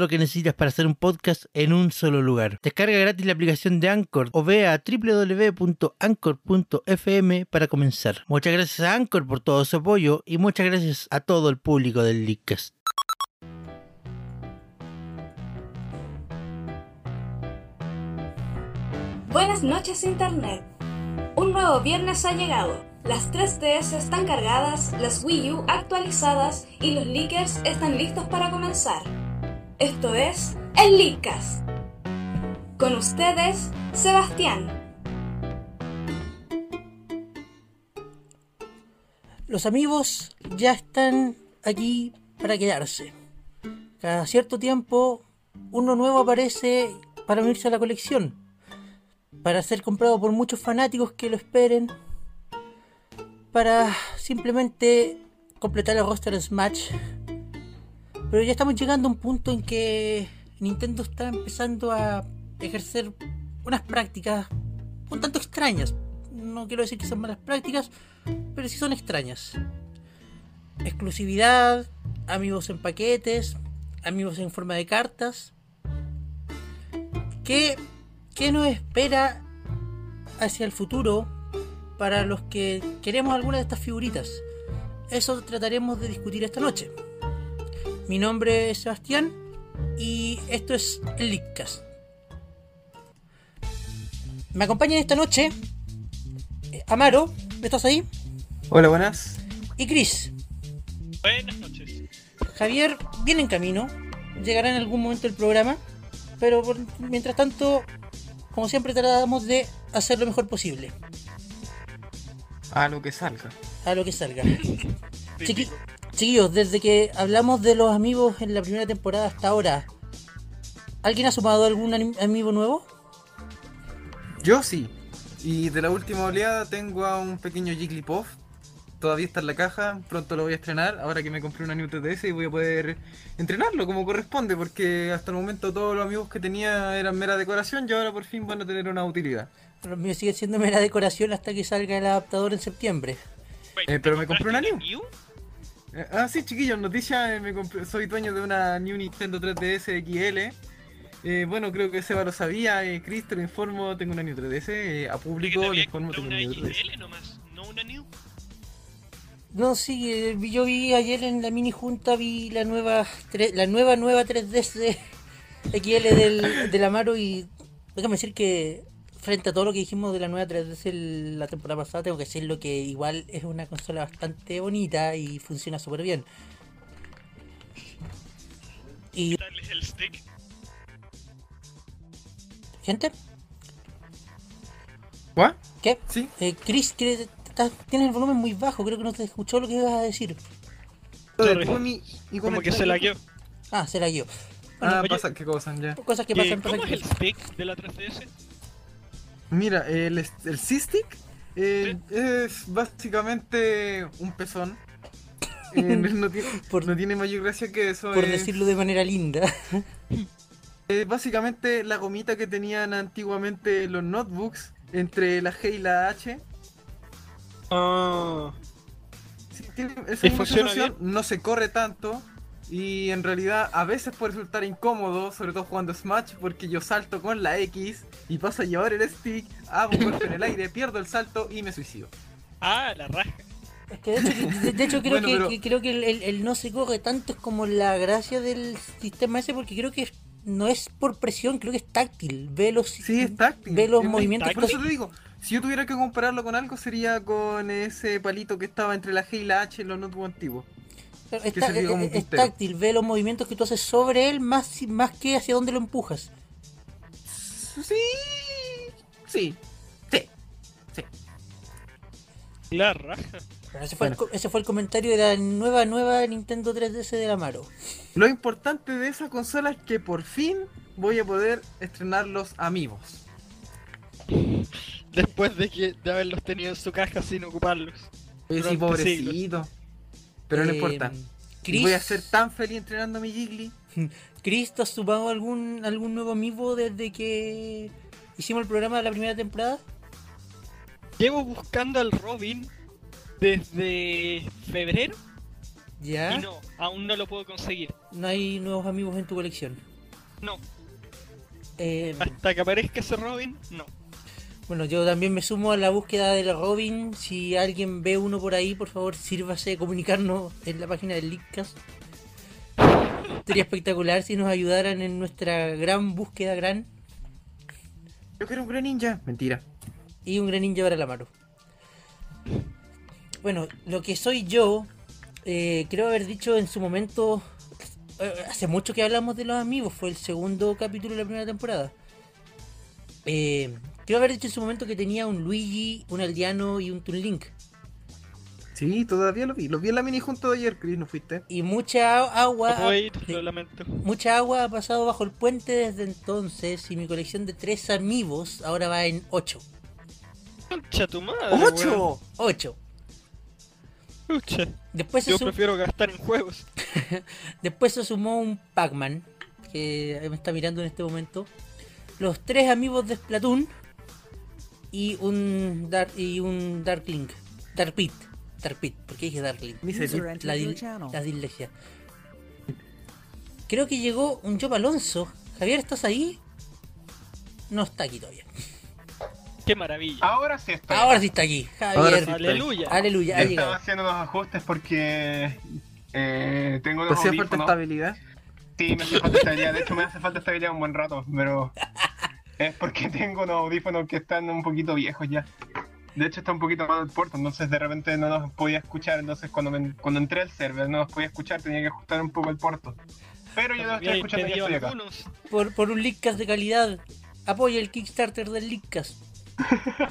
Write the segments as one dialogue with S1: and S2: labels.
S1: lo que necesitas para hacer un podcast en un solo lugar. Descarga gratis la aplicación de Anchor o ve a www.anchor.fm para comenzar. Muchas gracias a Anchor por todo su apoyo y muchas gracias a todo el público del Leadcast.
S2: Buenas noches Internet. Un nuevo viernes ha llegado. Las 3DS están cargadas, las Wii U actualizadas y los leakers están listos para comenzar. Esto es el Leakcast. Con ustedes, Sebastián.
S3: Los amigos ya están aquí para quedarse. Cada cierto tiempo, uno nuevo aparece para unirse a la colección, para ser comprado por muchos fanáticos que lo esperen, para simplemente completar el roster en Smash. Pero ya estamos llegando a un punto en que Nintendo está empezando a ejercer unas prácticas un tanto extrañas. No quiero decir que sean malas prácticas, pero sí son extrañas. Exclusividad, amigos en paquetes, amigos en forma de cartas. ¿Qué, qué nos espera hacia el futuro para los que queremos alguna de estas figuritas? Eso trataremos de discutir esta noche. Mi nombre es Sebastián y esto es el Leakcast. Me acompañan esta noche eh, Amaro, ¿estás ahí?
S4: Hola, buenas.
S3: Y Chris.
S5: Buenas noches.
S3: Javier viene en camino, llegará en algún momento el programa, pero por- mientras tanto, como siempre, tratamos de hacer lo mejor posible,
S4: A lo que salga.
S3: a lo que salga. Chiqui-
S5: Típico.
S3: chiquillos, desde que hablamos de los amigos en la primera temporada hasta ahora, ¿alguien ha sumado algún ani- amigo nuevo?
S4: Yo sí. Y de la última oleada tengo a un pequeño Jigglypuff. Todavía está en la caja, pronto lo voy a estrenar. Ahora que me compré una New 3DS y voy a poder entrenarlo como corresponde, porque hasta el momento todos los amigos que tenía eran mera decoración y ahora por fin van a tener una utilidad.
S3: Los míos siguen siendo mera decoración hasta que salga el adaptador en septiembre.
S5: Wait,
S4: Eh, pero me
S5: ¿te
S4: compré una
S5: compraste
S4: New. Eh, ah, sí, chiquillos, noticia, eh, me compré- soy dueño de una New Nintendo 3DS XL. Eh, bueno, creo que Seba lo sabía, eh, Chris, te lo informo, tengo una New 3DS, eh, a
S5: Porque te
S4: público le
S5: había
S4: informo, tengo
S5: comprado
S4: una
S5: una
S4: New 3DS.
S5: XL nomás, no una New.
S3: No, sí, eh, vi- yo vi ayer en la mini junta, vi la nueva, tre- la nueva, nueva 3DS XL del, del Amaro y déjame decir que frente a todo lo que dijimos de la nueva 3DS el- la temporada pasada, tengo que decirlo que igual es una consola bastante bonita y funciona súper bien. Y,
S5: Dale el stick.
S3: gente,
S4: ¿What?
S3: ¿qué?
S4: Sí,
S3: Eh, Chris, ¿quieres- estás- tienes el volumen muy bajo, creo que no te escuchó lo que ibas a decir.
S5: Sorry.
S4: Tony y
S5: Como que
S4: comentario.
S5: se la guió.
S3: Ah, será yo.
S4: Ah,
S5: Oye.
S4: pasa, qué cosas ya.
S3: Cosas que
S5: Eh,
S3: pasan,
S5: ¿Cómo
S3: cosas
S5: es
S3: que
S5: el
S3: pasan.
S5: stick de la 3DS?
S4: Mira, el, est- el C-Stick eh, es básicamente un pezón. Eh, no, tiene,
S3: Por-
S4: no tiene mayor gracia que eso.
S3: Por
S4: es-
S3: decirlo de manera linda.
S4: es Eh, básicamente la gomita que tenían antiguamente los notebooks entre la G y la H.
S5: Ah,
S4: Sí, tiene esa misma
S5: funciona
S4: sensación, no se corre tanto y en realidad a veces puede resultar incómodo, sobre todo jugando Smash, porque yo salto con la X y paso a llevar el stick, hago un golpe en el aire, pierdo el salto y me suicido.
S5: ah, la raja.
S3: Es que de hecho, de- de hecho creo,
S4: Bueno,
S3: que,
S4: pero-
S3: que- creo que el, el- el no se corre tanto es como la gracia del sistema ese, porque creo que no es por presión, creo que es táctil. Ve los,
S4: Sí, es táctil.
S3: ve los
S4: es muy
S3: movimientos.
S4: táctil. Por
S3: por-
S4: eso te digo, si yo tuviera que compararlo con algo sería con ese palito que estaba entre la G y la H en los notebooks antiguos.
S3: claro, es,
S4: que
S3: ta-
S4: se diga como
S3: es- es
S4: puntero.
S3: táctil, ve los movimientos que tú haces sobre él más, si- más que hacia dónde lo empujas.
S4: Sí, sí.
S5: La raja.
S3: Ese fue, el co- ese fue el comentario de la nueva, nueva Nintendo 3DS de la Amaro.
S4: Lo importante de esa consola es que por fin voy a poder estrenar los amigos.
S5: Después de que de haberlos tenido en su caja sin ocuparlos.
S4: Oye, sí,
S5: Durante
S4: pobrecito. Pero no importa.
S3: Eh, Chris,
S4: Voy a ser tan feliz entrenando a mi Jiggly.
S3: Chris, ¿tú has topado algún, algún nuevo amigo desde que hicimos el programa de la primera temporada?
S5: Llevo buscando al Robin desde febrero
S4: ¿Ah?
S3: ¿Ya?
S5: y
S3: No.
S5: no, aún no lo puedo conseguir.
S3: hay nuevos amigos en tu colección.
S5: No,
S4: Mm.
S3: Eh,
S5: hasta que aparezca ese Robin, no.
S3: bueno, yo también me sumo a la búsqueda de la Robin. Si alguien ve uno por ahí, por favor, sírvase de comunicarnos en la página del Linkcast. Sería espectacular si nos ayudaran en nuestra gran búsqueda gran
S4: Yo quiero un gran ninja. Mentira.
S3: y un gran ninja para la mano. Bueno, lo que soy yo, eh, creo haber dicho en su momento, eh, hace mucho que hablamos de los amigos, fue el segundo capítulo de la primera temporada. Eh, creo haber dicho en su momento que tenía un Luigi, un aldeano y un Toon Link.
S4: Sí, todavía lo vi. Lo vi en la mini junto de ayer, Chris, ¿no fuiste?
S3: Y mucha a- agua...
S5: No puedo ir, lo lamento.
S3: Mucha agua ha pasado bajo el puente desde entonces y mi colección de tres amigos ahora va en 8.
S5: Concha tu madre, weón.
S4: ¡Ocho!
S3: 8.
S5: Chucha,
S3: Después se
S5: Yo
S3: sum-
S5: prefiero gastar en juegos.
S3: Después se sumó un Pac-Man, que me está mirando en este momento. Los tres amigos de Splatoon y un Dark y un Dark Link. Dark Pit. Dark Pit. ¿Por qué dije Dark Link?
S4: Misery.
S3: La, dil- la dislexia. Creo que llegó un Job Alonso. Javier, ¿estás ahí? No está aquí todavía.
S5: Qué
S4: Ah,
S5: maravilla.
S6: Ahora sí estoy.
S3: Ahora sí está aquí.
S4: Ahora
S3: Javier.
S4: sí.
S5: Aleluya.
S3: Aleluya, ha
S6: Yo estaba
S3: llegado.
S6: haciendo los ajustes porque eh, tengo
S4: Te
S6: los
S4: hacía falta
S6: audífonos.
S4: estabilidad.
S6: Sí, me hace falta estabilidad. De hecho, me hace falta estabilidad un buen rato, pero es porque tengo unos audífonos que están un poquito viejos ya. De hecho, está un poquito mal el puerto, entonces de repente no nos podía escuchar. Entonces, cuando, me- cuando entré al server, no nos podía escuchar, tenía que ajustar un poco el puerto. Pero yo los estoy
S5: Había
S6: escuchando y
S5: impedido
S6: estoy acá.
S5: algunos.
S3: Por, por un Lickcast de calidad. Apoya el Kickstarter del Lickcast.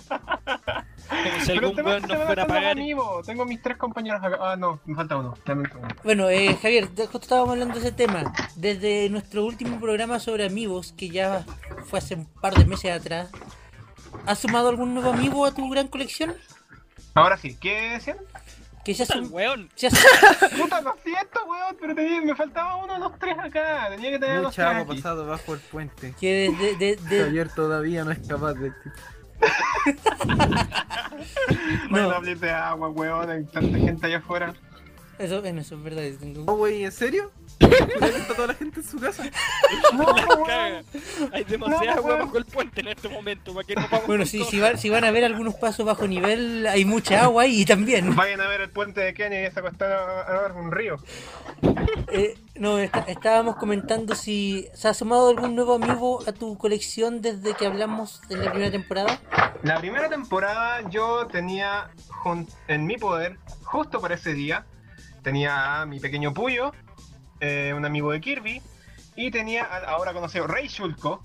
S5: Como si
S6: Pero
S5: algún
S6: el tema es
S5: weón
S6: que
S5: nos
S6: se
S5: fuera
S6: me
S5: a
S6: gastan los
S5: pagar.
S6: amigos. Tengo mis tres compañeros acá. Ah, no, me falta uno. Dame un segundo.
S3: Bueno, eh, Javier, de- justo estábamos hablando de ese tema. Desde nuestro último programa sobre amigos, que ya fue hace un par de meses atrás, ¿has sumado algún nuevo amigo a tu gran colección?
S6: Ahora sí, ¿qué decían?
S3: Que se ha,
S5: Puta,
S3: sum-
S5: weón.
S3: se ha,
S6: Puta, lo siento, weón, pero tenía, me faltaba uno de los tres acá. Tenía que tener los tres
S4: Mucha agua
S6: aquí.
S4: pasado bajo el puente.
S3: que de- de- de-
S4: Javier todavía no es capaz de.
S6: Bueno,
S3: No.
S6: hables de agua, weón, hay tanta gente allá afuera.
S3: eso, bueno, eso es verdad. yo tengo-
S4: Oh, wey, ¿en serio? ¿Por qué está toda la gente en su casa?
S6: No,
S5: Caga.
S6: weón.
S5: Hay demasiada
S6: No,
S5: agua
S6: weón.
S5: bajo el puente en este momento. ¿Para que no vamos
S3: Bueno,
S5: con
S3: sí,
S5: todo?
S3: si, van, si van a ver algunos pasos bajo nivel, hay mucha agua ahí también.
S6: Vayan a ver el puente de Kenia y esa costana a ver un río.
S3: Eh, no, está- estábamos comentando si se ha sumado algún nuevo amigo a tu colección desde que hablamos en la primera temporada.
S6: La primera temporada yo tenía jun- en mi poder, justo para ese día, tenía a mi pequeño Puyo, eh, un amigo de Kirby, y tenía al ahora conocido Rey Shulko,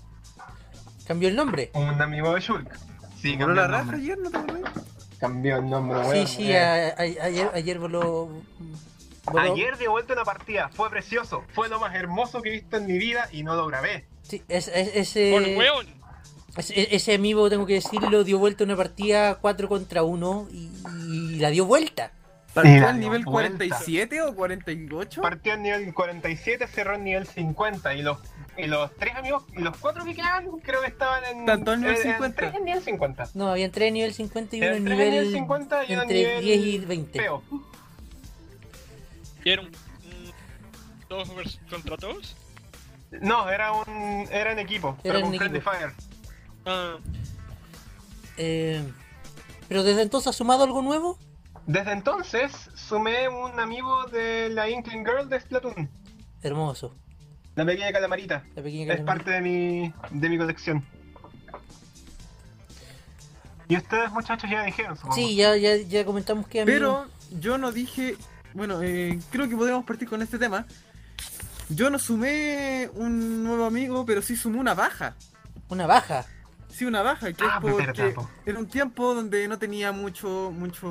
S3: Cambió el nombre.
S6: un amigo de Shulk. Sí,
S4: ¿Pero
S6: cambió
S4: la
S6: el
S4: raja
S6: nombre.
S4: ayer? ¿No te acordás?
S6: Cambió el nombre,
S3: Sí,
S6: weón.
S3: sí,
S6: eh.
S3: a- a- ayer, ayer voló, voló-
S6: Ayer de vuelta una partida, fue precioso, fue lo más hermoso que he visto en mi vida y no lo grabé.
S3: sí, es- es-
S5: Por
S3: ese,
S5: weón.
S3: ese, ese amigo, tengo que decirlo, dio vuelta una partida 4 contra 1 y, y la dio vuelta.
S4: ¿Partió
S6: la
S4: al
S6: dio
S4: nivel
S6: vuelta.
S4: 47 o 48?
S6: Partió en nivel 47, cerró en nivel 50 y los, y los tres amigos, y los cuatro que quedaban creo que estaban en...
S4: Tanto en nivel
S6: eh,
S4: 50.
S6: tres en nivel 50.
S3: No, habían 3 nivel 50 y uno
S6: Eran
S3: en
S6: tres en
S3: nivel
S6: nivel 50 y uno en
S3: entre
S6: nivel
S3: 10 y 20.
S6: Feo.
S5: Y era un. mm, Dos vers- contra todos.
S6: No, era un era en equipo,
S3: Era
S6: pero con
S3: en
S6: Friendly
S3: equipo.
S6: Fire.
S5: Ah,
S3: Eh, Pero desde entonces ha sumado algo nuevo.
S6: Desde entonces sumé un amigo de la Inkling Girl de Splatoon,
S3: Hermoso.
S6: la pequeña calamarita.
S3: La pequeña
S6: Es
S3: Carmen.
S6: parte de mi, de mi colección. Y ustedes, muchachos, ya dijeron, supongo.
S3: Sí, ya, ya, ya comentamos que amigo.
S4: Pero yo no dije. Bueno, eh, creo que podríamos partir con este tema. Yo no sumé un nuevo amigo, pero sí sumé una baja.
S3: Una baja.
S4: Sí, una baja, que
S6: Ah,
S4: es
S6: pero
S4: porque
S6: tampoco.
S4: era un tiempo donde no tenía mucho, mucho,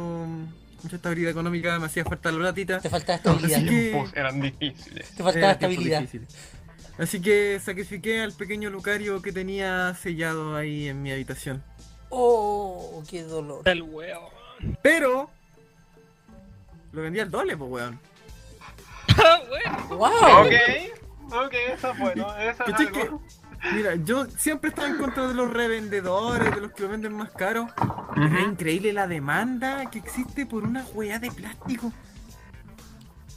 S4: mucha estabilidad económica, me hacía falta la latita.
S3: Te faltaba estabilidad.
S4: Así que-
S6: Tiempos Pues, eran difíciles.
S3: Te faltaba
S4: Era tiempo
S3: estabilidad.
S4: difícil. Así que sacrifiqué al pequeño Lucario que tenía sellado ahí en mi habitación.
S3: Oh, qué dolor.
S5: El huevo.
S4: Pero lo vendí al doble, pues weón.
S5: Ah, bueno.
S3: ¡Wow!
S6: Ok, ok, eso es bueno. Eso es
S4: ¿Cachai que-
S6: algo.
S4: Mira, yo siempre estaba en contra de los revendedores, de los que lo venden más caro.
S6: Ujú.
S4: Es increíble la demanda que existe por una weá de plástico.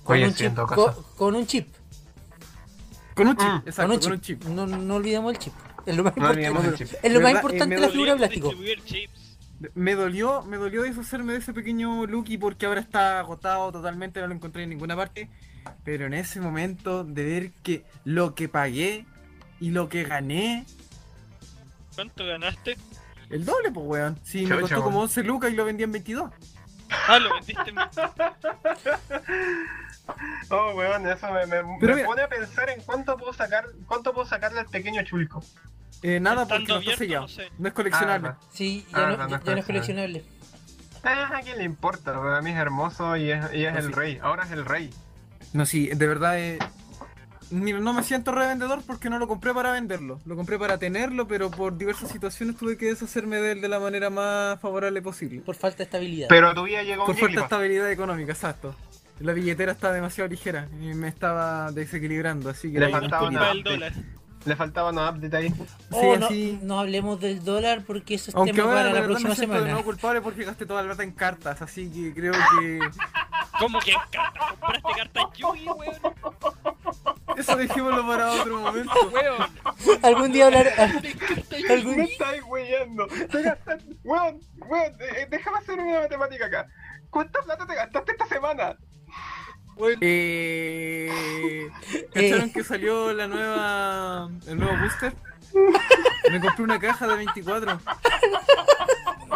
S6: Oye,
S3: un
S6: sí,
S3: chip,
S6: en todo
S3: co-
S6: caso.
S3: con un chip.
S4: Con un chip,
S6: Mm.
S4: exacto, con un chip.
S3: No, no olvidemos el chip. Es lo más
S6: No
S3: importante.
S6: olvidemos el chip.
S3: Es lo más
S4: ¿Verdad?
S3: importante
S4: Eh, me
S3: la figura de
S5: Podrían
S3: plástico.
S5: distribuir chips.
S4: Me dolió, me dolió deshacerme de ese pequeño Lucky porque ahora está agotado totalmente, no lo encontré en ninguna parte. Pero en ese momento de ver que lo que pagué y lo que gané,
S5: ¿Cuánto ganaste?
S4: el doble, pues weón. Sí, me
S6: Chucha,
S4: costó
S6: weón.
S4: como 11 lucas y lo vendí en 22.
S5: Ah, lo vendiste en
S6: Oh, weón, eso me, me, me
S4: Pero mira-
S6: pone a pensar en cuánto puedo sacar, cuánto puedo sacarle al pequeño chulco.
S4: Eh, nada porque
S5: Estando
S4: no está
S5: abierto,
S4: sellado.
S5: no sé.
S4: No es coleccionable.
S6: Ah,
S3: Sí, ya,
S6: Ah,
S3: no,
S6: no, no
S3: ya-
S6: es
S3: ya no es coleccionable.
S6: Ah, ¿A quién le importa? weón? A mí es hermoso y es, y es
S4: Pues
S6: el
S4: sí.
S6: rey. Ahora es el rey.
S4: No, sí, de verdad. eh, mira, no me siento revendedor porque no lo compré para venderlo. Lo compré para tenerlo, pero por diversas situaciones tuve que deshacerme de él de la manera más favorable posible.
S3: Por falta de estabilidad.
S6: Pero a tu vida llegó un
S4: Por falta de
S6: Jigglypuff.
S4: estabilidad económica, exacto. La billetera está demasiado ligera y me estaba desequilibrando, así que...
S6: Le
S4: lo vendí
S6: faltaba
S4: un
S5: culpa
S6: una-
S5: del dólar.
S6: Le faltaba una update ahí.
S4: poquito.
S3: Oh,
S4: Sí,
S3: no,
S4: así-
S3: no hablemos del dólar porque eso es
S4: Aunque
S3: tema
S4: ahora
S3: para
S4: la
S3: la
S4: verdad
S3: próxima
S4: me siento de
S3: semana.
S4: nuevo culpable porque gasté toda la plata en cartas, así que creo que...
S5: ¿Cómo que cartas? ¿Compraste cartas Yugi, weón?
S4: Eso dejémoslo para otro momento.
S5: Weón.
S3: Algún día hablar.
S5: cartas
S6: Me
S3: Algún,
S6: estáis weyendo. Te gastaste. Weón, weón, eh, eh, déjame hacer una matemática acá. ¿Cuánta plata te gastaste esta semana? Weón,
S4: Eh, ¿Cacharon que salió la nueva... el nuevo booster? Me compré una caja de 24.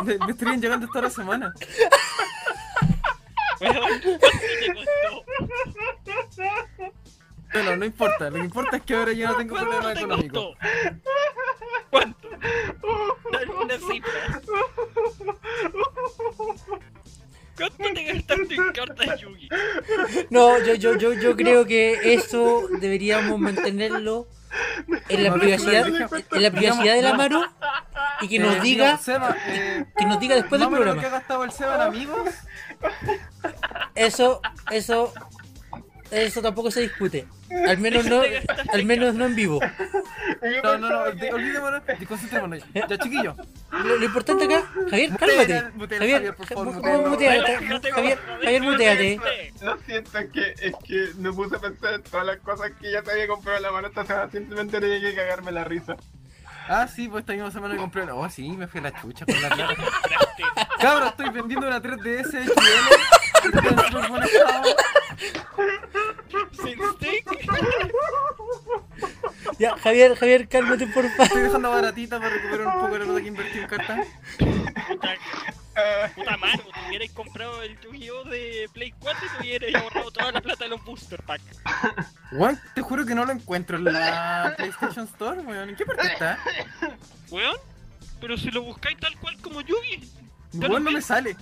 S4: Me, me estarían llegando hasta la semana.
S5: Weón, ¿cuánto te costó?
S4: Bueno, no importa. Lo que importa es que ahora ya no tengo problema
S5: ¿Cuánto te
S4: económico.
S5: costó? ¿Cuánto? Dale una cifra. ¿Cuánto te gastaste en cartas Yugi?
S3: no, yo, yo, yo, yo creo que eso deberíamos mantenerlo en la
S4: No,
S3: privacidad,
S4: déjame, déjame.
S3: en la privacidad de la Maru y que
S4: Eh,
S3: nos diga,
S4: no, Seba, eh,
S3: que nos diga después del
S4: Más o menos lo que ha
S3: programa.
S4: gastado el Seba en amigos?
S3: Eso, eso, eso tampoco se discute. Al menos no, al menos no en vivo.
S6: yo
S4: No, no, no,
S6: pensaba
S4: olvi-
S6: que-
S4: olvidémonos, desconcentrémonos. Ya, chiquillo.
S3: Lo, lo importante acá, Javier, cálmate.
S4: mutea
S3: Javier,
S4: al Javier, por favor,
S3: mu- mu-
S4: mutealo.
S3: muteate. Javier, Javier, muteate.
S6: Lo siento, es que, es que me puse a pensar en todas las cosas que ya te había comprado en la mano esta semana. Simplemente tenía que cagarme la risa.
S4: Ah, sí, pues esta misma semana compré. Oh, sí, me fui a la chucha con la plata.
S5: Compraste.
S4: Cabra, estoy vendiendo una 3DS XL. Está en súper buen estado.
S5: Sin stick.
S3: Ya, Javier, Javier, cálmate, por
S4: Estoy
S3: favor.
S4: dejando baratita para recuperar un poco la plata que invertí en cartas.
S5: Puta,
S6: Ah,
S5: puta mano, te hubierais comprado el Yu-Gi-Oh de Play 4 y te hubierais ahorrado toda la plata de los booster pack.
S4: Juan, te juro que no lo encuentro en la PlayStation Store, weón. ¿En qué parte está?
S5: Weón, pero si lo buscáis tal cual como Yugi,
S4: Weón, no me sale.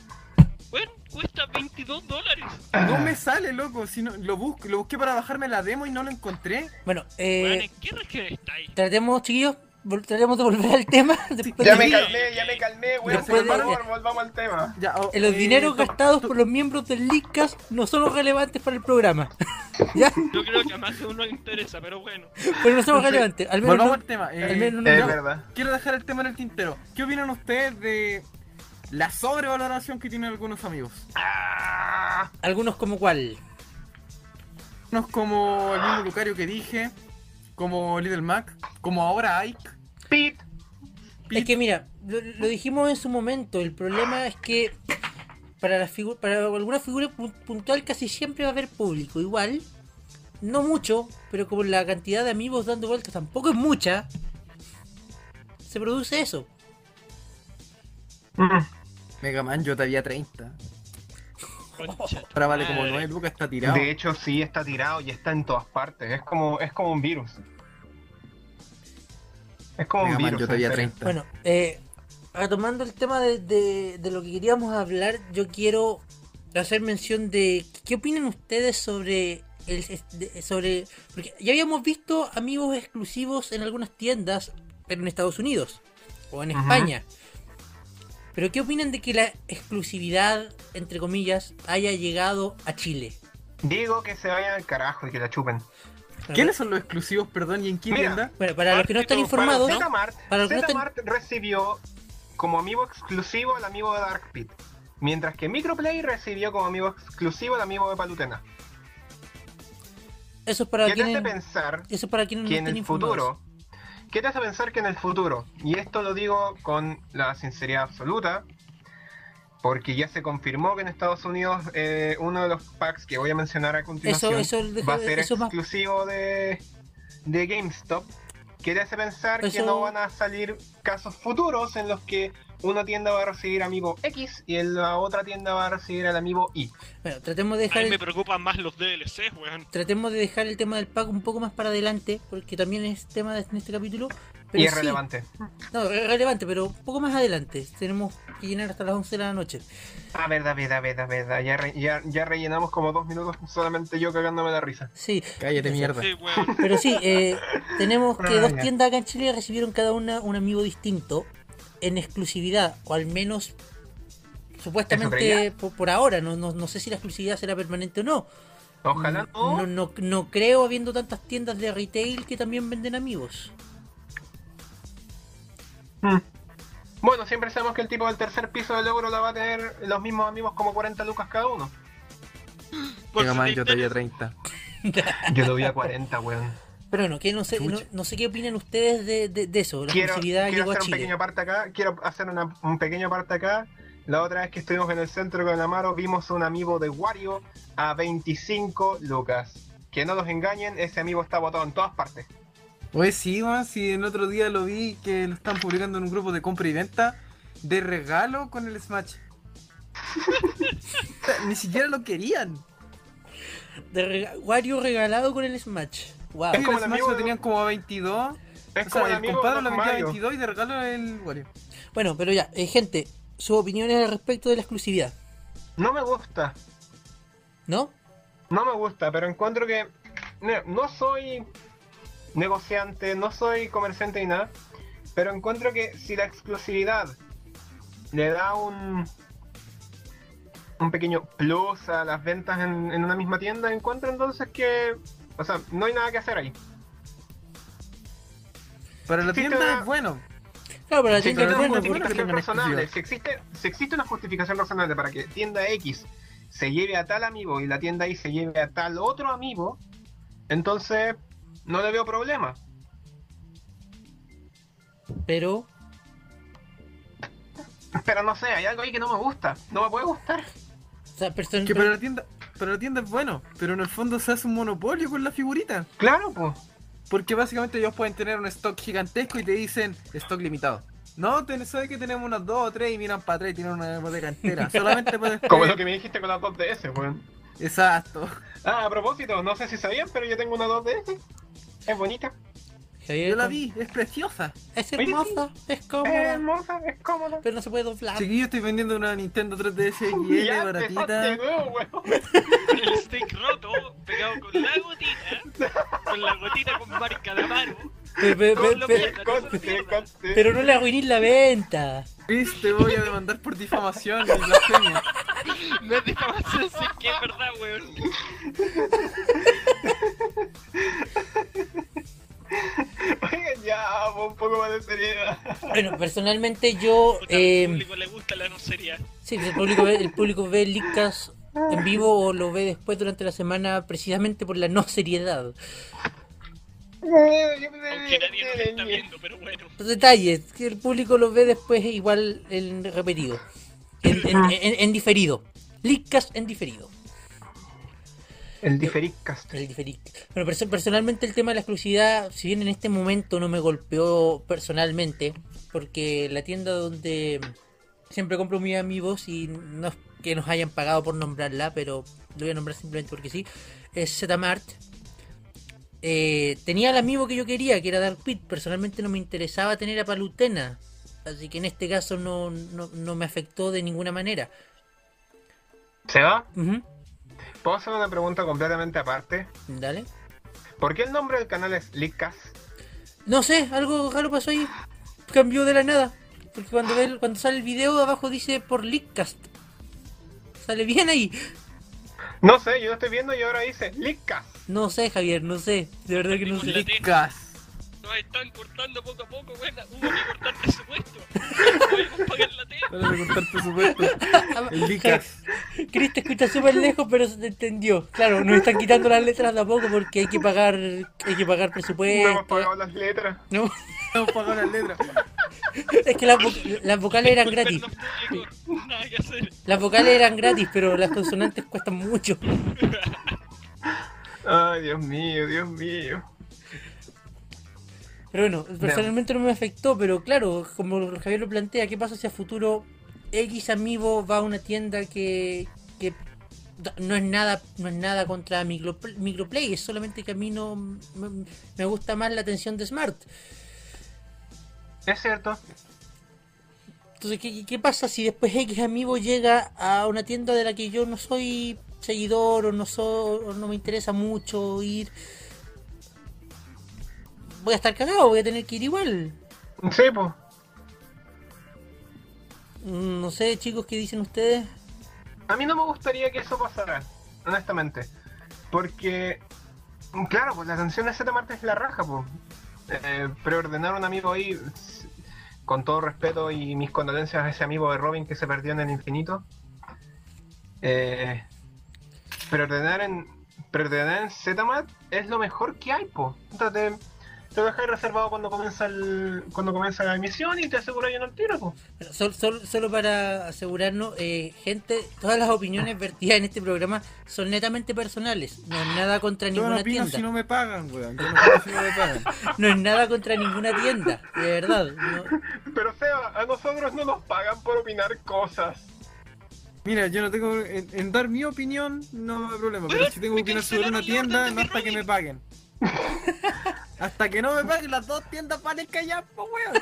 S5: weón, cuesta 22 dólares.
S4: No
S6: Ah.
S4: me sale, loco. Si no, lo, busco, lo busqué para bajarme la demo y no lo encontré.
S3: Bueno,
S5: Weón,
S3: eh,
S5: ¿en qué región estáis?
S3: tratemos, chiquillos, vol- tratemos de volver al tema. Después
S6: Ya
S3: de-
S6: me calmé, ya me calmé, weón.
S3: Después
S6: Por
S3: de-
S6: favor, volvamos al tema.
S4: Ya, oh,
S3: eh, los
S4: eh,
S3: dineros
S4: to-
S3: gastados por los miembros del Leadcast no son los relevantes para el programa. ¿Ya?
S5: Yo creo que a más de uno le interesa, pero bueno.
S3: Pero no son los relevantes. Al menos,
S4: Volvamos
S3: no-
S4: al tema. eh,
S3: al menos no-
S6: Es
S4: yo
S6: verdad.
S4: Quiero dejar el tema en el tintero. ¿Qué opinan ustedes de la sobrevaloración que tienen algunos amigos?
S3: algunos como cuál.
S4: Unos como el mismo Lucario que dije, como Little Mac, como ahora Ike.
S6: Pit.
S3: Es que mira, lo, lo dijimos en su momento, el problema es que para, las figu- para alguna figura pun- puntual casi siempre va a haber público, igual, no mucho, pero como la cantidad de amigos dando vueltas tampoco es mucha, se produce eso.
S4: Mega Man, yo te había 30.
S5: Concha tu
S4: Ahora vale como
S5: madre.
S4: 9 lucas, está tirado.
S6: De hecho, sí, está tirado y está en todas partes. Es como, es como un virus. Es como un
S4: Mega Man,
S6: virus.
S4: yo todavía
S6: en serio.
S4: 30.
S3: Bueno, eh, retomando el tema de, de- de lo que queríamos hablar, yo quiero hacer mención de qué opinan ustedes sobre el de- sobre porque ya habíamos visto amigos exclusivos en algunas tiendas, pero en Estados Unidos o en
S6: Ajá.
S3: España. Pero qué opinan de que la exclusividad entre comillas haya llegado a Chile.
S6: Digo que se vayan al carajo y que la chupen.
S3: Bueno,
S4: ¿Quiénes son los exclusivos, perdón, y en qué
S6: Mira.
S4: tienda?
S3: Bueno, para los que no están
S5: Bueno,
S3: informados,
S6: Para Zmart,
S3: Para los que no estén-
S6: Zmart recibió como amigo exclusivo al amigo de Dark Pit, mientras que Microplay recibió como amigo exclusivo al amigo de Palutena.
S3: eso es para
S6: ¿Qué te hace
S3: quienes
S6: pensar
S3: eso es para quienes no
S6: que en
S3: estén
S6: el
S3: informados.
S6: futuro, ¿qué te hace pensar que en el futuro, y esto lo digo con la sinceridad absoluta, porque ya se confirmó que en Estados Unidos eh, uno de los packs que voy a mencionar a continuación
S3: eso lo dejo-
S6: va a ser
S3: eso más-
S6: exclusivo de, de GameStop, ¿qué te hace pensar
S3: Eso-
S6: que no van a salir casos futuros en los que una tienda va a recibir amigo X y en la otra tienda va a recibir al amigo Y?
S3: Bueno, tratemos de
S5: A
S3: dejar
S5: mí
S3: el-
S5: me preocupan más los DLCs, weón.
S3: tratemos de dejar el tema del pack un poco más para adelante, porque también es tema de, en este capítulo. Pero
S6: y es
S3: sí,
S6: relevante.
S3: No, es relevante, pero un poco más adelante. Tenemos que llenar hasta las 11 de la noche.
S6: Ah, verdad, verdad, verdad, verdad. Ya, re- ya, ya rellenamos como dos minutos solamente yo cagándome la risa.
S3: Sí,
S4: Cállate, mierda.
S5: Sí, weón.
S3: pero sí, eh, tenemos que
S6: Ah,
S3: dos
S6: ya.
S3: tiendas acá en Chile recibieron cada una un amigo distinto en exclusividad, o al menos supuestamente
S6: creía?
S3: por, por ahora. No, no, no sé si la exclusividad será permanente o no. Mm,
S6: Ojalá no.
S3: No, no, no creo habiendo tantas tiendas de retail que también venden amigos.
S6: Mm. Bueno, siempre sabemos que el tipo del tercer piso del logro la va a tener los mismos amigos como 40 lucas cada uno.
S5: Por
S4: Mega
S5: si
S4: Man,
S5: te
S4: yo
S5: interesa-
S4: todavía 30.
S6: Yo lo vi a 40, weón.
S3: Pero bueno, que no sé, no,
S4: Chucha.
S3: no sé qué opinan ustedes de, de, de eso. La
S6: Quiero,
S3: exclusividad
S6: quiero
S3: llegó a
S6: hacer un
S3: Chile.
S6: pequeño parte acá. Quiero hacer una- un pequeño parte acá. La otra vez que estuvimos en el centro con Amaro vimos un amigo de Wario a 25 lucas. Que no los engañen, ese amigo está botado en todas partes.
S4: Oye, sí, weón, si el otro día lo vi que lo están publicando en un grupo de compra y venta de regalo con el Smash. O sea, Ni siquiera lo querían.
S3: De rega- Wario regalado con el Smash. Wow.
S4: Sí,
S6: como
S4: el
S6: el
S4: Smash
S6: amigo
S4: lo
S6: de-
S4: tenían como a 22.
S6: Es
S4: o sea,
S6: como el
S4: el
S6: amigo
S4: compadre
S6: de
S4: lo vendía a
S6: Mario.
S4: 22 y de regalo el Wario.
S3: Bueno, pero ya, eh, gente, sus opiniones al respecto de la exclusividad,
S6: No me gusta.
S3: ¿no?
S6: No me gusta, pero encuentro que mira, no soy negociante, no soy comerciante ni nada, pero encuentro que si la exclusividad le da un un pequeño plus a las ventas en, en una misma tienda, encuentro entonces que, o sea, no hay nada que hacer ahí.
S4: Para la
S6: Sí,
S4: tienda
S6: pero-
S4: es bueno.
S3: Claro, pero la
S6: Si
S3: tienda
S4: pero
S3: es
S6: existe
S4: no
S3: bueno
S6: una
S4: es muy
S3: porque
S4: bueno,
S3: tiene
S6: justificación
S3: una
S6: razonable,
S4: exclusiva.
S6: si existe, si existe una justificación razonable para que tienda X se lleve a tal amigo y la tienda Y se lleve a tal otro amigo, entonces no le veo problema.
S3: exclusiva. Pero,
S6: Pero no sé, hay algo ahí que no me gusta. No me puede gustar.
S3: o sea, person-
S4: Que para la tienda, para la tienda es bueno, pero en el fondo se hace un monopolio con la figurita.
S6: Claro, pues.
S4: Porque básicamente ellos pueden tener un stock gigantesco y te dicen stock limitado. No, ten- sabes que tenemos unas dos o tres y miran para atrás y tienen una bodega entera. Solamente pueden.
S6: Como lo que me dijiste con la 2DS, weón.
S4: Exacto.
S6: Ah, a propósito, no sé si sabían, pero yo tengo una 2DS. Es bonita,
S3: Javier,
S4: Yo la vi, es preciosa.
S3: Es
S6: Oye, sí. Eh,
S3: hermosa, es
S6: es
S3: cómoda,
S6: hermosa, es cómoda.
S3: pero no se puede doblar.
S4: Chiquillo, estoy vendiendo una Nintendo 3DS XL
S6: Y Ah. ya empezaste de
S4: baratita.
S6: nuevo, weón.
S5: El stick roto, pegado con la gotita, con la gotita con marca de Amaro.
S3: Pe- pe-
S5: No,
S3: pe-
S5: lo
S3: pe-
S5: pierdas.
S6: Conste, conste.
S3: pero no le arruinís la venta.
S4: Chris, te voy a demandar por difamación y blasfemia.
S5: No es difamación, sí que es verdad, weón.
S6: Oigan, ya, po, un poco más de seriedad.
S3: Bueno, personalmente yo...
S5: Puta, Al
S3: Eh,
S5: público le gusta la grosería.
S3: Sí, pues el público ve, el público ve Leadcast en vivo o lo ve después durante la semana precisamente por la no seriedad.
S6: Yo
S5: Aunque nadie
S6: pensé
S5: nos
S3: eh,
S5: está
S6: que-
S5: viendo, pero bueno.
S3: Los detalles, que el público lo ve después igual en repetido, en, en- en- en diferido. Leadcast en diferido.
S6: El diferidcast.
S3: El diferido. Bueno, perso- personalmente el tema de la exclusividad, si bien en este momento no me golpeó personalmente, porque la tienda donde siempre compro mis amigos y no es que nos hayan pagado por nombrarla, pero lo voy a nombrar simplemente porque sí, es Zmart. eh, tenía el amigo que yo quería, que era Dark Pit. Personalmente no me interesaba tener a Palutena. Así que en este caso no, no, no me afectó de ninguna manera.
S6: ¿Se va?
S3: Ujú,
S6: ¿Puedo hacer una pregunta completamente aparte?
S3: Dale.
S6: ¿Por qué el nombre del canal es Leakcast?
S3: No sé, algo raro pasó ahí. Cambió de la nada. Porque cuando, ve, el- cuando sale el video abajo dice por Leakcast. Sale bien ahí.
S6: No sé, yo lo estoy viendo y ahora dice Leakcast.
S3: No sé, Javier, no sé. De verdad que no sé.
S4: Licas.
S5: Nos están cortando poco a poco, weón. Hubo que cortar presupuesto. No podemos pagar la tele.
S4: Para recortar presupuesto. El Licas.
S3: Chris te escucha súper lejos, pero se te entendió. Claro, nos están quitando las letras de a poco porque hay que pagar, hay que pagar
S6: No pues, hemos
S3: presupuesto.
S6: pagado las letras.
S3: No,
S4: No pagó las letras.
S3: es que las, vo- las vocales eran gratis.
S5: Disculpen los públicos, Nada que hacer.
S3: Las vocales eran gratis, pero las consonantes cuestan mucho.
S6: Ay, Dios mío, Dios mío.
S3: Pero bueno, personalmente no me afectó, pero claro, como Javier lo plantea, ¿qué pasa si a futuro X amigo va a una tienda que, que da- no es nada no es nada contra micropl- Microplay, es solamente que a mí no me, me gusta más la atención de Smart?
S6: Es cierto.
S3: Entonces, ¿qué, qué- qué pasa si después X amigo llega a una tienda de la que yo no soy seguidor o no, soy, o no me interesa mucho ir? Voy a estar cagado, voy a tener que ir igual.
S6: Sí, pues.
S3: Mm, No sé, chicos, ¿qué dicen ustedes?
S6: A mí no me gustaría que eso pasara, honestamente. Porque, claro, pues la canción de Z Marte es la raja, pues. Eh, preordenar un amigo ahí, s- con todo respeto y mis condolencias a ese amigo de Robin que se perdió en el infinito. Eh, preordenar en, preordenar en ZMAT es lo mejor que hay, pues. Te, te lo dejas reservado cuando comienza, el, cuando comienza la emisión y te aseguras lleno el tiro, pues.
S3: Bueno, sol- sol- solo para asegurarnos, eh, gente, todas las opiniones
S4: Ah.
S3: vertidas en este programa son netamente personales. No es nada contra
S4: Yo no
S3: ninguna
S4: opino
S3: tienda.
S4: si no me pagan, weón. Yo no opino si no me pagan.
S3: No es nada contra ninguna tienda, de verdad. no-
S6: Pero, Seba, a nosotros no nos pagan por opinar cosas.
S4: Mira, yo no tengo. En, en dar mi opinión no hay problema, pero si tengo que opinar sobre una tienda, no hasta que me paguen. Hasta que no me paguen, las dos tiendas valen callar, po, weón.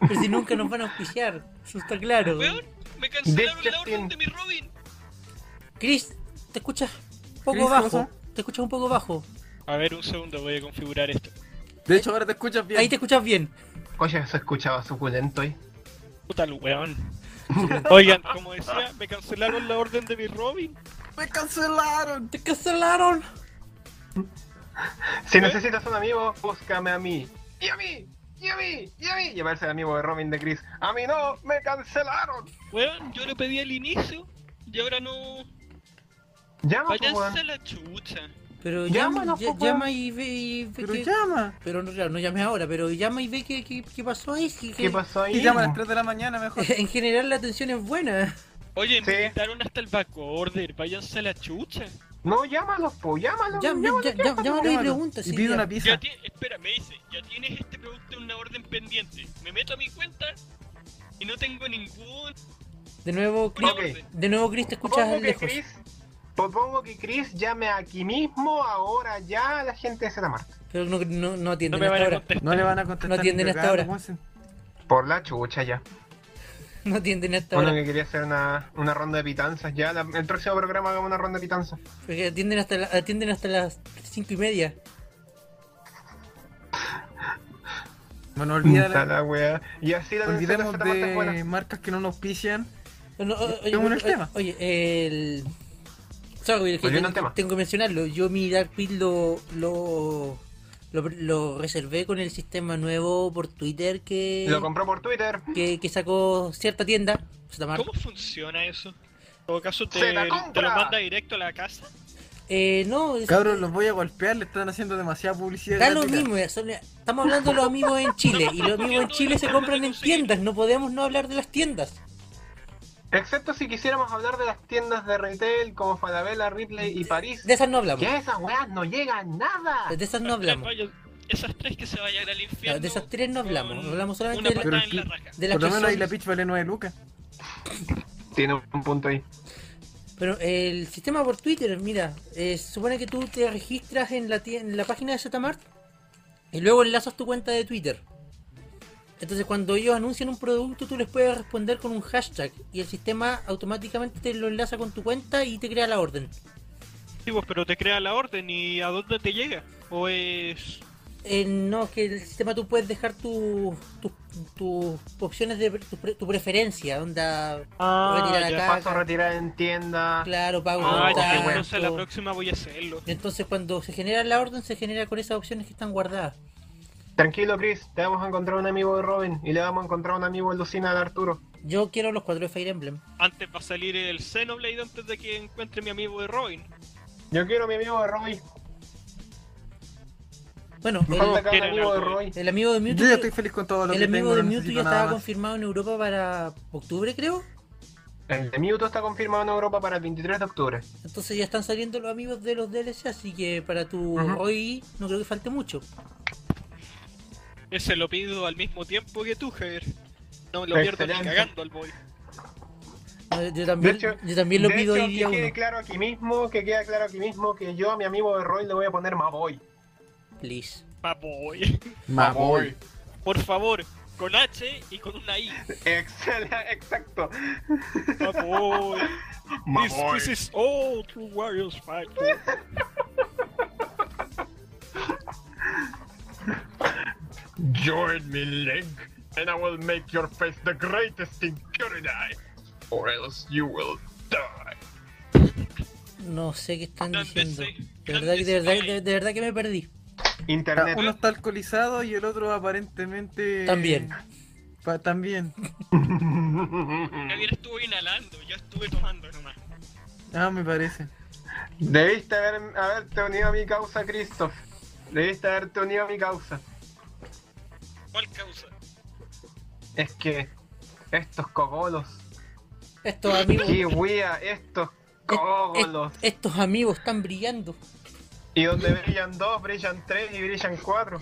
S3: pero si nunca nos van a auspiciar, eso está claro.
S5: Weón, me cancelaron la
S6: Justin.
S5: orden de mi Robin.
S3: Chris, te escuchas un poco
S4: Chris, ¿qué
S3: bajo.
S4: pasa?
S3: Te escuchas un poco bajo.
S5: A ver, un segundo, voy a configurar esto.
S4: De hecho, ahora te escuchas bien.
S3: Ahí te escuchas bien.
S6: Oye, se escuchaba suculento ahí.
S5: Puta el weón. Oigan, como decía, me cancelaron la orden de mi Robin.
S4: ¡Me cancelaron!
S3: Te cancelaron.
S6: Si necesitas un amigo, búscame a mí. Y a mí, y a mí, y a mí. Y a verse el amigo de Robin de Chris. A mí no, me cancelaron.
S5: Weón, yo lo pedí al inicio y ahora no.
S6: Llama, po, pues, weón.
S5: Váyanse a la chucha.
S3: Pero llama,
S6: Llámanos,
S3: ll-
S6: papá.
S3: llama y ve, y ve
S4: Pero
S3: que-
S4: llama.
S3: Pero no, claro, no llames ahora, pero llama y ve qué, qué, qué pasó ahí. qué-
S6: ¿Qué
S3: qué-
S6: pasó ahí?
S4: Y llama a las 3 de la mañana mejor.
S3: En general la atención es buena.
S5: Oye,
S6: Sí.
S5: me quitaron hasta el back order. Váyanse a la chucha.
S6: No, llámalos, po, llámalos.
S3: Ya,
S6: llámalos,
S3: ya, ya,
S6: llámalos.
S3: llámalo y pregunta.
S4: Y
S3: sí,
S4: pide
S3: ya.
S4: una
S5: Ya
S4: pizza.
S5: ti- espera, me dice, ya tienes este producto en una orden pendiente. Me meto a mi cuenta y no tengo ningún.
S3: De nuevo, Chris,
S6: Ok.
S5: orden.
S3: de nuevo, Chris, te escuchas
S6: Propongo que
S3: lejos.
S6: Chris. Propongo que Chris llame aquí mismo, ahora ya, a la gente de Zetamart.
S3: Pero no, no, no
S5: No
S3: atienden
S5: me van
S3: hasta
S5: a
S3: ahora.
S5: contestar.
S4: No le van a contestar.
S3: No atienden
S4: ni
S3: hasta
S4: cagando,
S3: ahora.
S4: weón.
S6: Por la chucha ya.
S3: No atienden hasta
S6: Uno
S3: ahora.
S6: que quería hacer una, una ronda de pitanzas. Ya, la- el próximo programa hagamos una ronda de pitanzas.
S3: Porque atienden hasta, la- atienden hasta las cinco y media.
S4: Bueno,
S6: Puta
S4: olvídala.
S6: la wea. Y así la atención de
S4: Olvidemos
S6: Zetamart es buena.
S4: de marcas que no nos pician.
S3: No, no, o- oye,
S4: Tengo un
S3: oye,
S4: tema.
S3: Oye, el... Sorry, es que tengo,
S6: Volviendo al tema.
S3: tengo que mencionarlo. Yo mi Dark Pit lo, lo, lo, lo reservé con el sistema nuevo por Twitter que,
S6: Lo compró por Twitter.
S3: que, que sacó cierta tienda. Zetamar.
S5: ¿Cómo funciona eso? ¿En todo caso te,
S6: ¡Se la
S5: te lo
S6: compra!
S5: manda directo a la casa?
S3: Eh, no, es-
S4: Cabros, los voy a golpear, le están haciendo demasiada publicidad.
S3: Da lo
S4: gratuita.
S3: mismo, ya son- estamos hablando de los amigos en Chile y los amigos en Chile se compran en tiendas, no podemos no hablar de las tiendas.
S6: Excepto si quisiéramos hablar de las tiendas de retail como Falabella, Ripley y París.
S3: De esas no hablamos,
S6: Que esas weas no llegan nada.
S3: de esas no
S5: Las tres
S3: hablamos.
S5: vayan- esas tres que se vayan al infierno.
S3: No, de esas tres no hablamos,
S5: con
S3: hablamos solamente
S5: una
S3: de la-
S5: patada
S4: Pero
S5: en la raja.
S3: De las
S4: Por lo
S3: que
S4: menos ahí
S3: son,
S4: la pitch vale 9 lucas.
S6: Tiene un punto ahí.
S3: Pero el sistema por Twitter, mira, eh, se supone que tú te registras en la, tie- en la página de Zmart y luego enlazas tu cuenta de Twitter. Entonces cuando ellos anuncian un producto tú les puedes responder con un hashtag y el sistema automáticamente te lo enlaza con tu cuenta y te crea la orden.
S5: Sí, pues, pero te crea la orden y a dónde te llega. O es.
S3: Eh, no, que el sistema tú puedes dejar tus tu, tus opciones de tu, pre- tu preferencia, onda, retirar
S6: Ya
S3: acá,
S6: paso a
S3: acá,
S6: retirar en tienda.
S3: claro, pago
S5: Ah,
S3: con
S5: ya,
S3: tanto.
S5: entonces la próxima voy a hacerlo.
S3: Entonces cuando se genera la orden se genera con esas opciones que están guardadas.
S6: Tranquilo, Chris, te vamos a encontrar un amigo de Robin y le vamos a encontrar un amigo de Lucina de Arturo.
S3: Yo quiero los cuatro de Fire Emblem.
S5: Antes va a salir el Xenoblade antes de que encuentre mi amigo de Robin.
S6: Yo quiero a mi amigo de Robin.
S3: Bueno,
S6: Me falta
S3: el,
S6: acá un
S5: quieren
S6: amigo de
S5: Arturo.
S6: Robin.
S3: el amigo de Mewtwo,
S4: Yo ya estoy feliz con todo lo
S3: el
S4: que
S3: amigo
S4: tengo,
S3: de
S4: no
S3: Mewtwo ya
S4: necesito nada
S3: estaba
S4: más.
S3: confirmado en Europa para octubre, creo.
S6: El de Mewtwo está confirmado en Europa para el 23 de octubre.
S3: Entonces ya están saliendo los amigos de los DLC, así que para tu
S6: Ujú.
S3: Roy no creo que falte mucho.
S5: Ese lo pido al mismo tiempo que tú, Javier. No lo pierdo ni
S6: Excelente.
S5: cagando al boy.
S3: No, Yo también,
S6: hecho-
S3: yo también lo
S6: de
S3: pido
S6: hecho,
S3: hoy día
S6: que quede
S3: uno.
S6: claro aquí mismo, que queda claro aquí mismo que yo a mi amigo de Roy le voy a poner Maboy.
S3: Please.
S5: Pa boy.
S6: Maboy.
S5: Por favor, con H y con una I.
S6: Excelente, exacto.
S5: Pa boy. This,
S6: Maboy.
S5: this is all true warriors fight. for.
S6: Join me, Link, and I will make your face the greatest in Kyridai, or else you will die.
S3: No sé qué están
S5: Grande
S3: diciendo.
S5: sí,
S3: De verdad, que- de,
S5: grande
S3: verdad,
S5: sí.
S3: de, de verdad que me perdí.
S6: Internet.
S4: Uno está alcoholizado y el otro aparentemente...
S3: También.
S4: Pa- también.
S5: Javier estuvo inhalando, yo estuve tomando nomás.
S4: Ah, me parece.
S6: Debiste haber, haberte unido a mi causa, Christoph. Debiste haberte unido a mi causa.
S5: ¿Cuál causa?
S6: Es que estos cogolos,
S3: Estos amigos,
S6: kiwia, estos cogolos.
S3: est- estos amigos están brillando.
S6: Y donde brillan dos, brillan tres y brillan cuatro.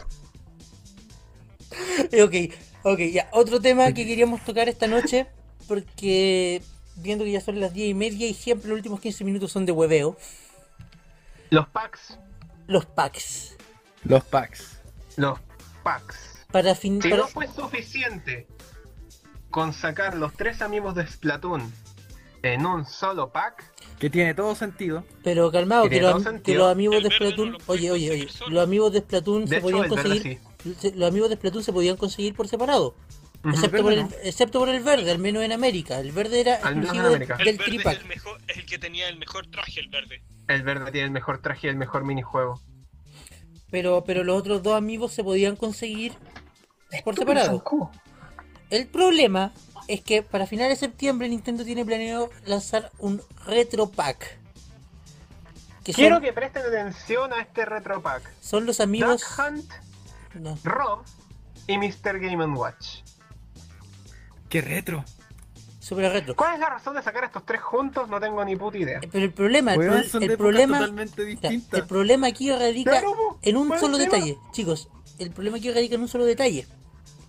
S3: Eh, Ok, ok, ya. Otro tema que queríamos tocar esta noche, porque viendo que ya son las 10 y media y siempre los últimos 15 minutos son de hueveo,
S6: Los packs.
S3: los packs.
S7: Los packs.
S6: Los packs.
S3: Para fin...
S6: Si
S3: para-
S6: no fue suficiente con sacar los tres amigos de Splatoon en un solo pack,
S4: Que tiene todo sentido.
S3: Pero calmado, que
S6: Tiene
S3: los,
S6: todo
S3: am- que
S6: sentido.
S3: los amigos
S5: El
S3: de
S5: verde no
S3: Splatoon...
S5: lo puedes
S3: oye, oye, oye.
S5: conseguir solo.
S3: Los amigos de Splatoon se
S6: de hecho,
S3: podían
S6: el verde sí.
S3: conseguir... se- Los amigos de Splatoon se podían conseguir por separado.
S6: Ujú.
S3: Excepto,
S4: El
S3: por
S4: verde
S3: el, excepto por el verde, al menos en América. El verde era
S6: Al menos en
S3: exclusivo de-
S6: América.
S5: El
S3: del
S5: verde es el
S3: tripack.
S5: mejor, es el que tenía el mejor traje, el verde.
S6: El verde tiene el mejor traje y el mejor minijuego.
S3: Pero, pero los otros dos amigos se podían conseguir por separado. El problema es que para finales de septiembre Nintendo tiene planeado lanzar un retro pack. Que
S6: Quiero
S3: son,
S6: que presten atención a este retro pack.
S3: son los amigos.
S6: Duck Hunt,
S3: No,
S6: Rob y Mr. Game Watch.
S4: Qué retro.
S3: super retro.
S6: ¿Cuál es la razón de sacar a estos tres juntos? No tengo ni puta idea.
S3: Eh, Pero el problema, el,
S4: Weón,
S3: pro-
S4: son
S3: el
S4: de épocas
S3: problema,
S4: totalmente
S3: ya,
S4: distintas.
S3: el problema aquí radica
S6: Claro, po,
S3: en un
S6: por
S3: solo
S6: encima.
S3: detalle, chicos. El problema aquí radica en un solo detalle.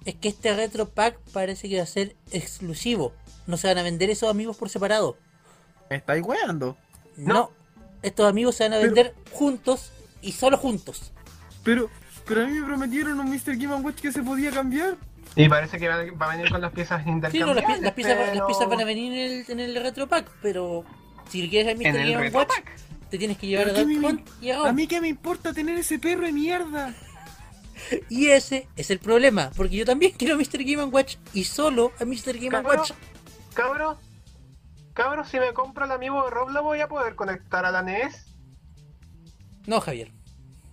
S3: Es que este retro pack parece que va a ser exclusivo. No se van a vender esos amigos por separado.
S4: Me estáis weando.
S3: No.
S6: No.
S3: Estos amigos se van a
S4: Pero-
S3: vender juntos y solo juntos.
S4: Pero, pero a mí me prometieron un Mr. Game Watch que se podía cambiar.
S6: Y parece que van- va a venir con las piezas
S3: Eh, Sí, no, las,
S6: intercambiables.
S3: pi- las piezas,
S6: pero-
S3: las piezas van a venir en el, en el retro pack, pero si quieres el Mr.
S6: en el
S3: Game
S6: retro
S3: Watch,
S6: pack.
S3: te tienes que llevar a
S4: Pero ¿qué
S3: Dark
S4: me-
S3: Hunt y a
S4: A
S3: Ron.
S4: mí que me importa tener ese perro de mierda.
S3: Y ese es el problema, porque yo también quiero a Mr. Game Watch y solo a Mr. Game
S6: Cabrón,
S3: Watch.
S6: Cabro, cabro, si me compro el amigo de Rob, ¿lo voy a poder conectar a la E NES?
S3: No, Javier,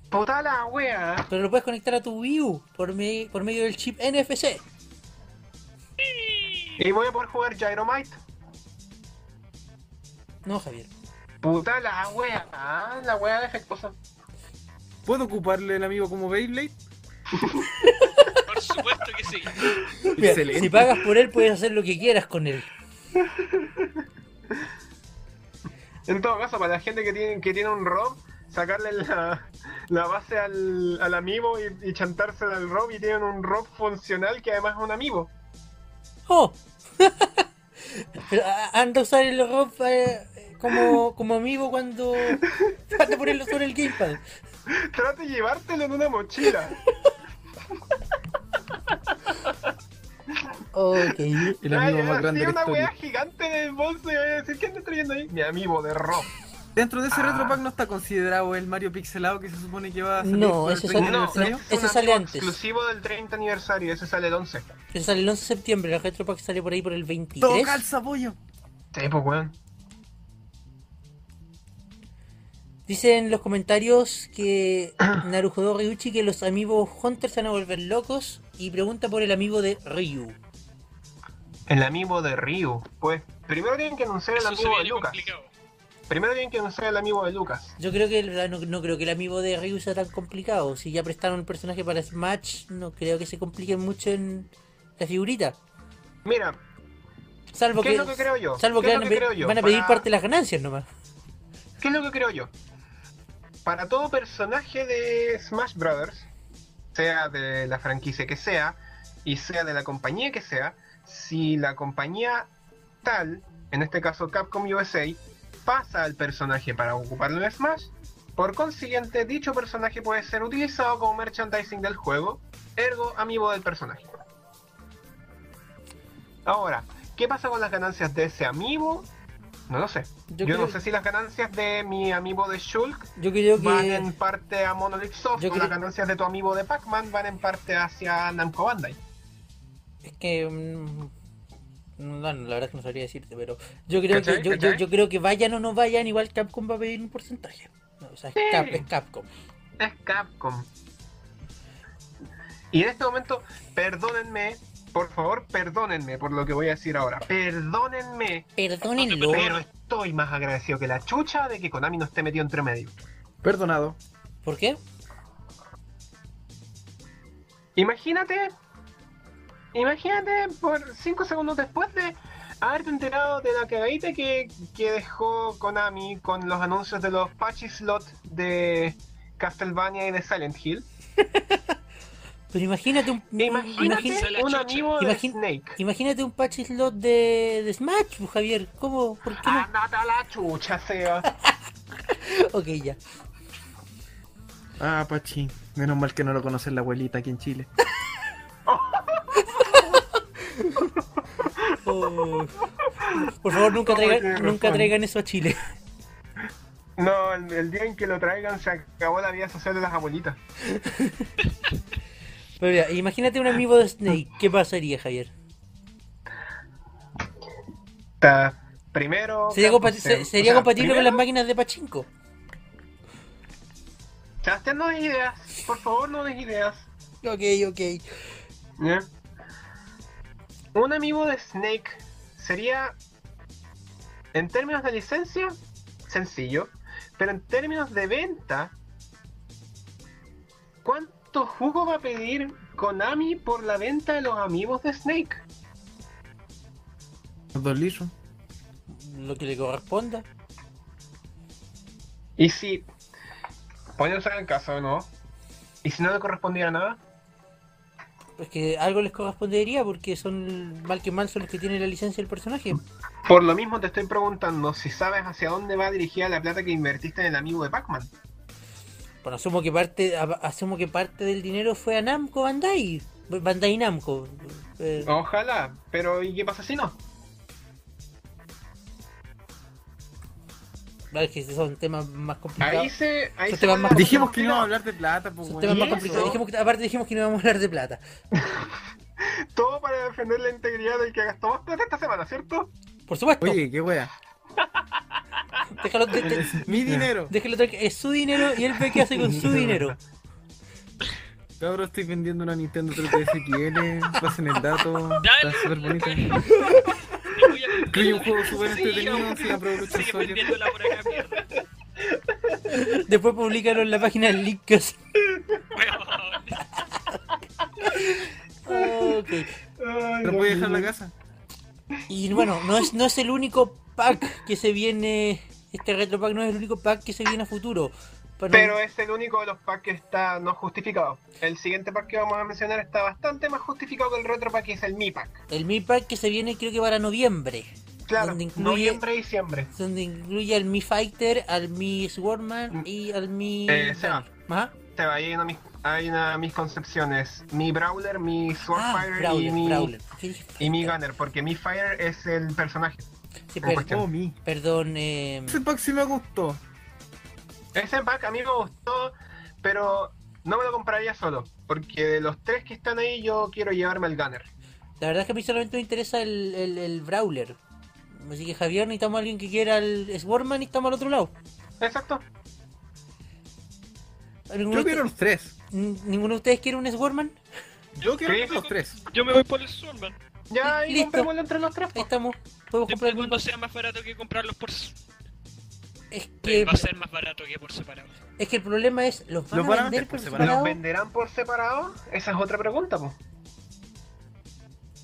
S6: Puta la wea.
S3: pero lo puedes conectar a tu Wii U por, me- por medio del chip NFC.
S6: Y voy a poder jugar Gyromite.
S3: No, Javier.
S6: Puta la wea. Ah, la wea defectuosa.
S4: ¿Puedo ocuparle el amigo como Beyblade?
S5: Por supuesto que sí.
S3: Mira,
S7: Excelente.
S3: si pagas por él, puedes hacer lo que quieras con él.
S6: En todo caso, para la gente que tiene, que tiene un Rob, sacarle la, la base al, al amigo y, y chantársela al Rob y tienen un Rob funcional que además es un amigo.
S3: ah, ¡Oh! pero a- anda a usar el Rob eh, como, como amigo cuando trata de ponerlo sobre el gamepad.
S6: Trata de llevártelo en una mochila.
S3: Ok.
S4: El
S6: Ay,
S4: amigo más
S6: así,
S4: grande de la
S6: Ah, una weá
S4: historia.
S6: gigante en el bolso y voy a decir, ¿qué andas trayendo ahí? Mi amigo de rock.
S4: Dentro de ese retropack no está considerado el Mario pixelado que se supone que va a salir
S3: No,
S4: por el
S3: ese
S4: 30
S3: sale-
S4: aniversario.
S3: no. Ese sale antes.
S6: Exclusivo del 30 aniversario, ese sale el 11.
S3: Eso sale el 11 de septiembre, la Retropack sale por ahí por el 23.
S4: Todo calza, pollo.
S6: Sí, pues weón.
S3: Dice en los comentarios que Narujodo Ryuchi que los amigos Hunter se van a volver locos y pregunta por el amigo de Ryu.
S6: El amigo de Ryu. Pues primero tienen que anunciar el
S5: Eso se
S6: amigo de
S5: viene
S6: Lucas.
S5: complicado.
S6: Primero tienen que anunciar el amigo de Lucas.
S3: Yo creo que el- no, no creo que el amigo de Ryu sea tan complicado. Si ya prestaron el personaje para Smash, no creo que se compliquen mucho en la figurita.
S6: Mira,
S3: Salvo
S6: ¿Qué
S3: que,
S6: es lo que creo yo?
S3: Salvo
S6: ¿Qué
S3: que
S6: es
S3: van,
S6: lo
S3: a
S6: que
S3: pe-
S6: creo yo?
S3: van a pedir
S6: Para-
S3: parte de las ganancias nomás.
S6: ¿Qué es lo que creo yo? Para todo personaje de Smash Brothers, sea de la franquicia que sea, y sea de la compañía que sea, si la compañía tal, en este caso Capcom USA, pasa al personaje para ocuparlo en Smash, por consiguiente dicho personaje puede ser utilizado como merchandising del juego, ergo amigo del personaje. Ahora, ¿qué pasa con las ganancias de ese amigo? No lo sé.
S3: Yo
S6: Yo,
S3: creo-
S6: no sé si las ganancias de mi amigo de Shulk
S3: Yo creo que.
S6: van en parte a Monolith Soft,
S3: Yo
S6: o
S3: creo-
S6: las ganancias de tu amigo de Pac-Man van en parte hacia Namco Bandai.
S3: Es que. mm, no, no, la verdad es que no sabría decirte, pero. Yo creo, que,
S6: ¿Cachai?
S3: yo, yo,
S6: ¿Cachai?
S3: yo creo que vayan o no vayan, igual Capcom va a pedir un porcentaje. No, o sea, es, Cap- es Capcom.
S6: Es Capcom. Y en este momento, perdónenme, por favor, perdónenme por lo que voy a decir ahora. Perdónenme,
S3: Perdónenlo.
S6: pero estoy más agradecido que la chucha de que Konami no esté metido entre medio.
S4: Perdonado.
S3: ¿Por qué?
S6: Imagínate, imagínate por 5 segundos después de haberte enterado de la cagadita que, que dejó Konami con los anuncios de los patch slot de Castlevania y de Silent Hill.
S3: Pero imagínate un.
S6: Imagínate
S3: imagina-
S6: un amigo de
S3: Imagín-
S6: Snake.
S3: imagínate un patch slot de, de Smash, pues, Javier. ¿Cómo? ¿Por qué no?
S6: Andate a la chucha, Seba.
S3: Ok, ya.
S4: Ah, Pachi. Menos mal que no lo conoce la abuelita aquí en Chile.
S3: Oh. Por favor, nunca,
S6: ¿Cómo tiene
S3: traigan,
S6: razón?
S3: nunca traigan eso a Chile.
S6: No, el, el día en que lo traigan se acabó la vida social de las abuelitas.
S3: Pero mira, imagínate un amigo de Snake. ¿Qué pasaría, Javier?
S6: Ta- Primero.
S3: ¿Sería, compa-
S6: se-
S3: se-
S6: o
S3: sería
S6: sea,
S3: compatible con
S6: primero-
S3: las máquinas de Pachinko?
S6: Sebastián, no des ideas. Por favor, no des ideas.
S3: Ok, ok.
S6: ¿Ya? Un amigo de Snake sería, en términos de licencia, sencillo, pero en términos de venta, ¿cuánto jugo va a pedir Konami por la venta de los amigos de Snake?
S4: Los dos lisos.
S3: Lo que le corresponda.
S6: Y si, poniéndose en el caso, ¿no? ¿Y si no le correspondiera nada?
S3: Pues que algo les correspondería porque son mal que mal son los que tienen la licencia del personaje.
S6: Por lo mismo te estoy preguntando si sabes hacia dónde va dirigida la plata que invertiste en el amigo de Pac-Man.
S3: Bueno, asumo que parte a- asumo que parte del dinero fue a Namco Bandai. Bandai Namco. Eh,
S6: Ojalá, pero ¿y qué pasa si no?
S3: claro, es que esos son temas más complicados.
S6: Ahí se. Ahí
S3: Esos
S6: se
S3: temas
S6: van
S3: más-
S6: las
S4: Dijimos
S6: cosas
S4: que no íbamos a
S6: complicadas.
S4: hablar de plata, pues,
S3: Son
S4: weón.
S3: temas más
S6: ¿y eso?
S3: complicados. Dijimos que- aparte dijimos que no íbamos a hablar de plata.
S6: Todo para defender la integridad del que gastó más plata esta semana, ¿cierto?
S3: Por supuesto.
S4: Oye, qué wea. Ah.
S3: Déjalo, de- de-
S4: Mi dinero.
S3: déjalo tranqui- Es su dinero y él ve qué hace con su dinero.
S4: Cabrón, estoy vendiendo una Nintendo 3DS XL. Pasen el dato. Está
S5: Dale,
S4: súper bonito.
S5: Te voy a comprar
S4: Incluye un
S5: la-
S4: juego súper
S5: Sí,
S4: entretenido. Sí, aprovecho el
S5: Sigue
S4: sol.
S5: vendiéndola por acá, mierda.
S3: Después publicaron en la página del Linkers.
S5: Weón.
S3: Ok.
S4: No puede dejar la casa.
S3: Y bueno, no es, no es el único pack que se viene. Este retro pack no es el único pack que se viene a futuro. Pero,
S6: Pero es el único de los packs que está no justificado. El siguiente pack que vamos a mencionar está bastante más justificado que el retro pack, que es el Mi Pack.
S3: el Mi Pack que se viene creo que para noviembre.
S6: Claro,
S3: donde incluye-
S6: noviembre, diciembre.
S3: Donde incluye al Mi Fighter, al Mi Swordman y al Mi. ¿Ah?
S6: Eh, Seba.
S3: Ajá.
S6: Te va, hay una, mis- hay una misconcepciones. Mi Brawler, mi
S3: Ah,
S6: Swordfire y
S3: Brawler,
S6: mi,
S3: Brawler. ¿Por qué dije
S6: y mi
S3: Fighter?
S6: Gunner, porque mi Fire es el personaje.
S3: Sí,
S6: en
S3: per-
S6: cuestión.
S4: Oh, mi.
S3: Perdón, eh,
S4: Ese pack sí me gustó.
S6: Ese pack a mí me gustó, pero no me lo compraría solo, porque de los tres que están ahí yo quiero llevarme el Gunner.
S3: la verdad es que a mí solamente me interesa el, el, el Brawler. Así que Javier, necesitamos a alguien que quiera el Swordman y estamos al otro lado.
S6: Exacto.
S4: Yo
S3: ¿Ninguno,
S4: quiero
S3: de
S4: los tres.
S3: usted- n- ¿Ninguno de ustedes quiere un Swordman?
S4: Yo quiero
S6: Sí.
S4: los tres.
S5: Yo me voy por el Swordman.
S6: Ya ahí
S3: Listo.
S6: comprémoslo entre los tres.
S3: Ahí
S6: po.
S3: estamos. Podemos
S5: Siempre
S3: comprar
S5: y cuando sea más barato que comprarlos por... s-
S3: Es que,
S5: Eh, Va a ser más barato que por separado.
S3: es que el problema es, ¿los van
S4: Los
S3: a vender por separado?
S6: ¿Los venderán por separado? Esa es otra pregunta, po.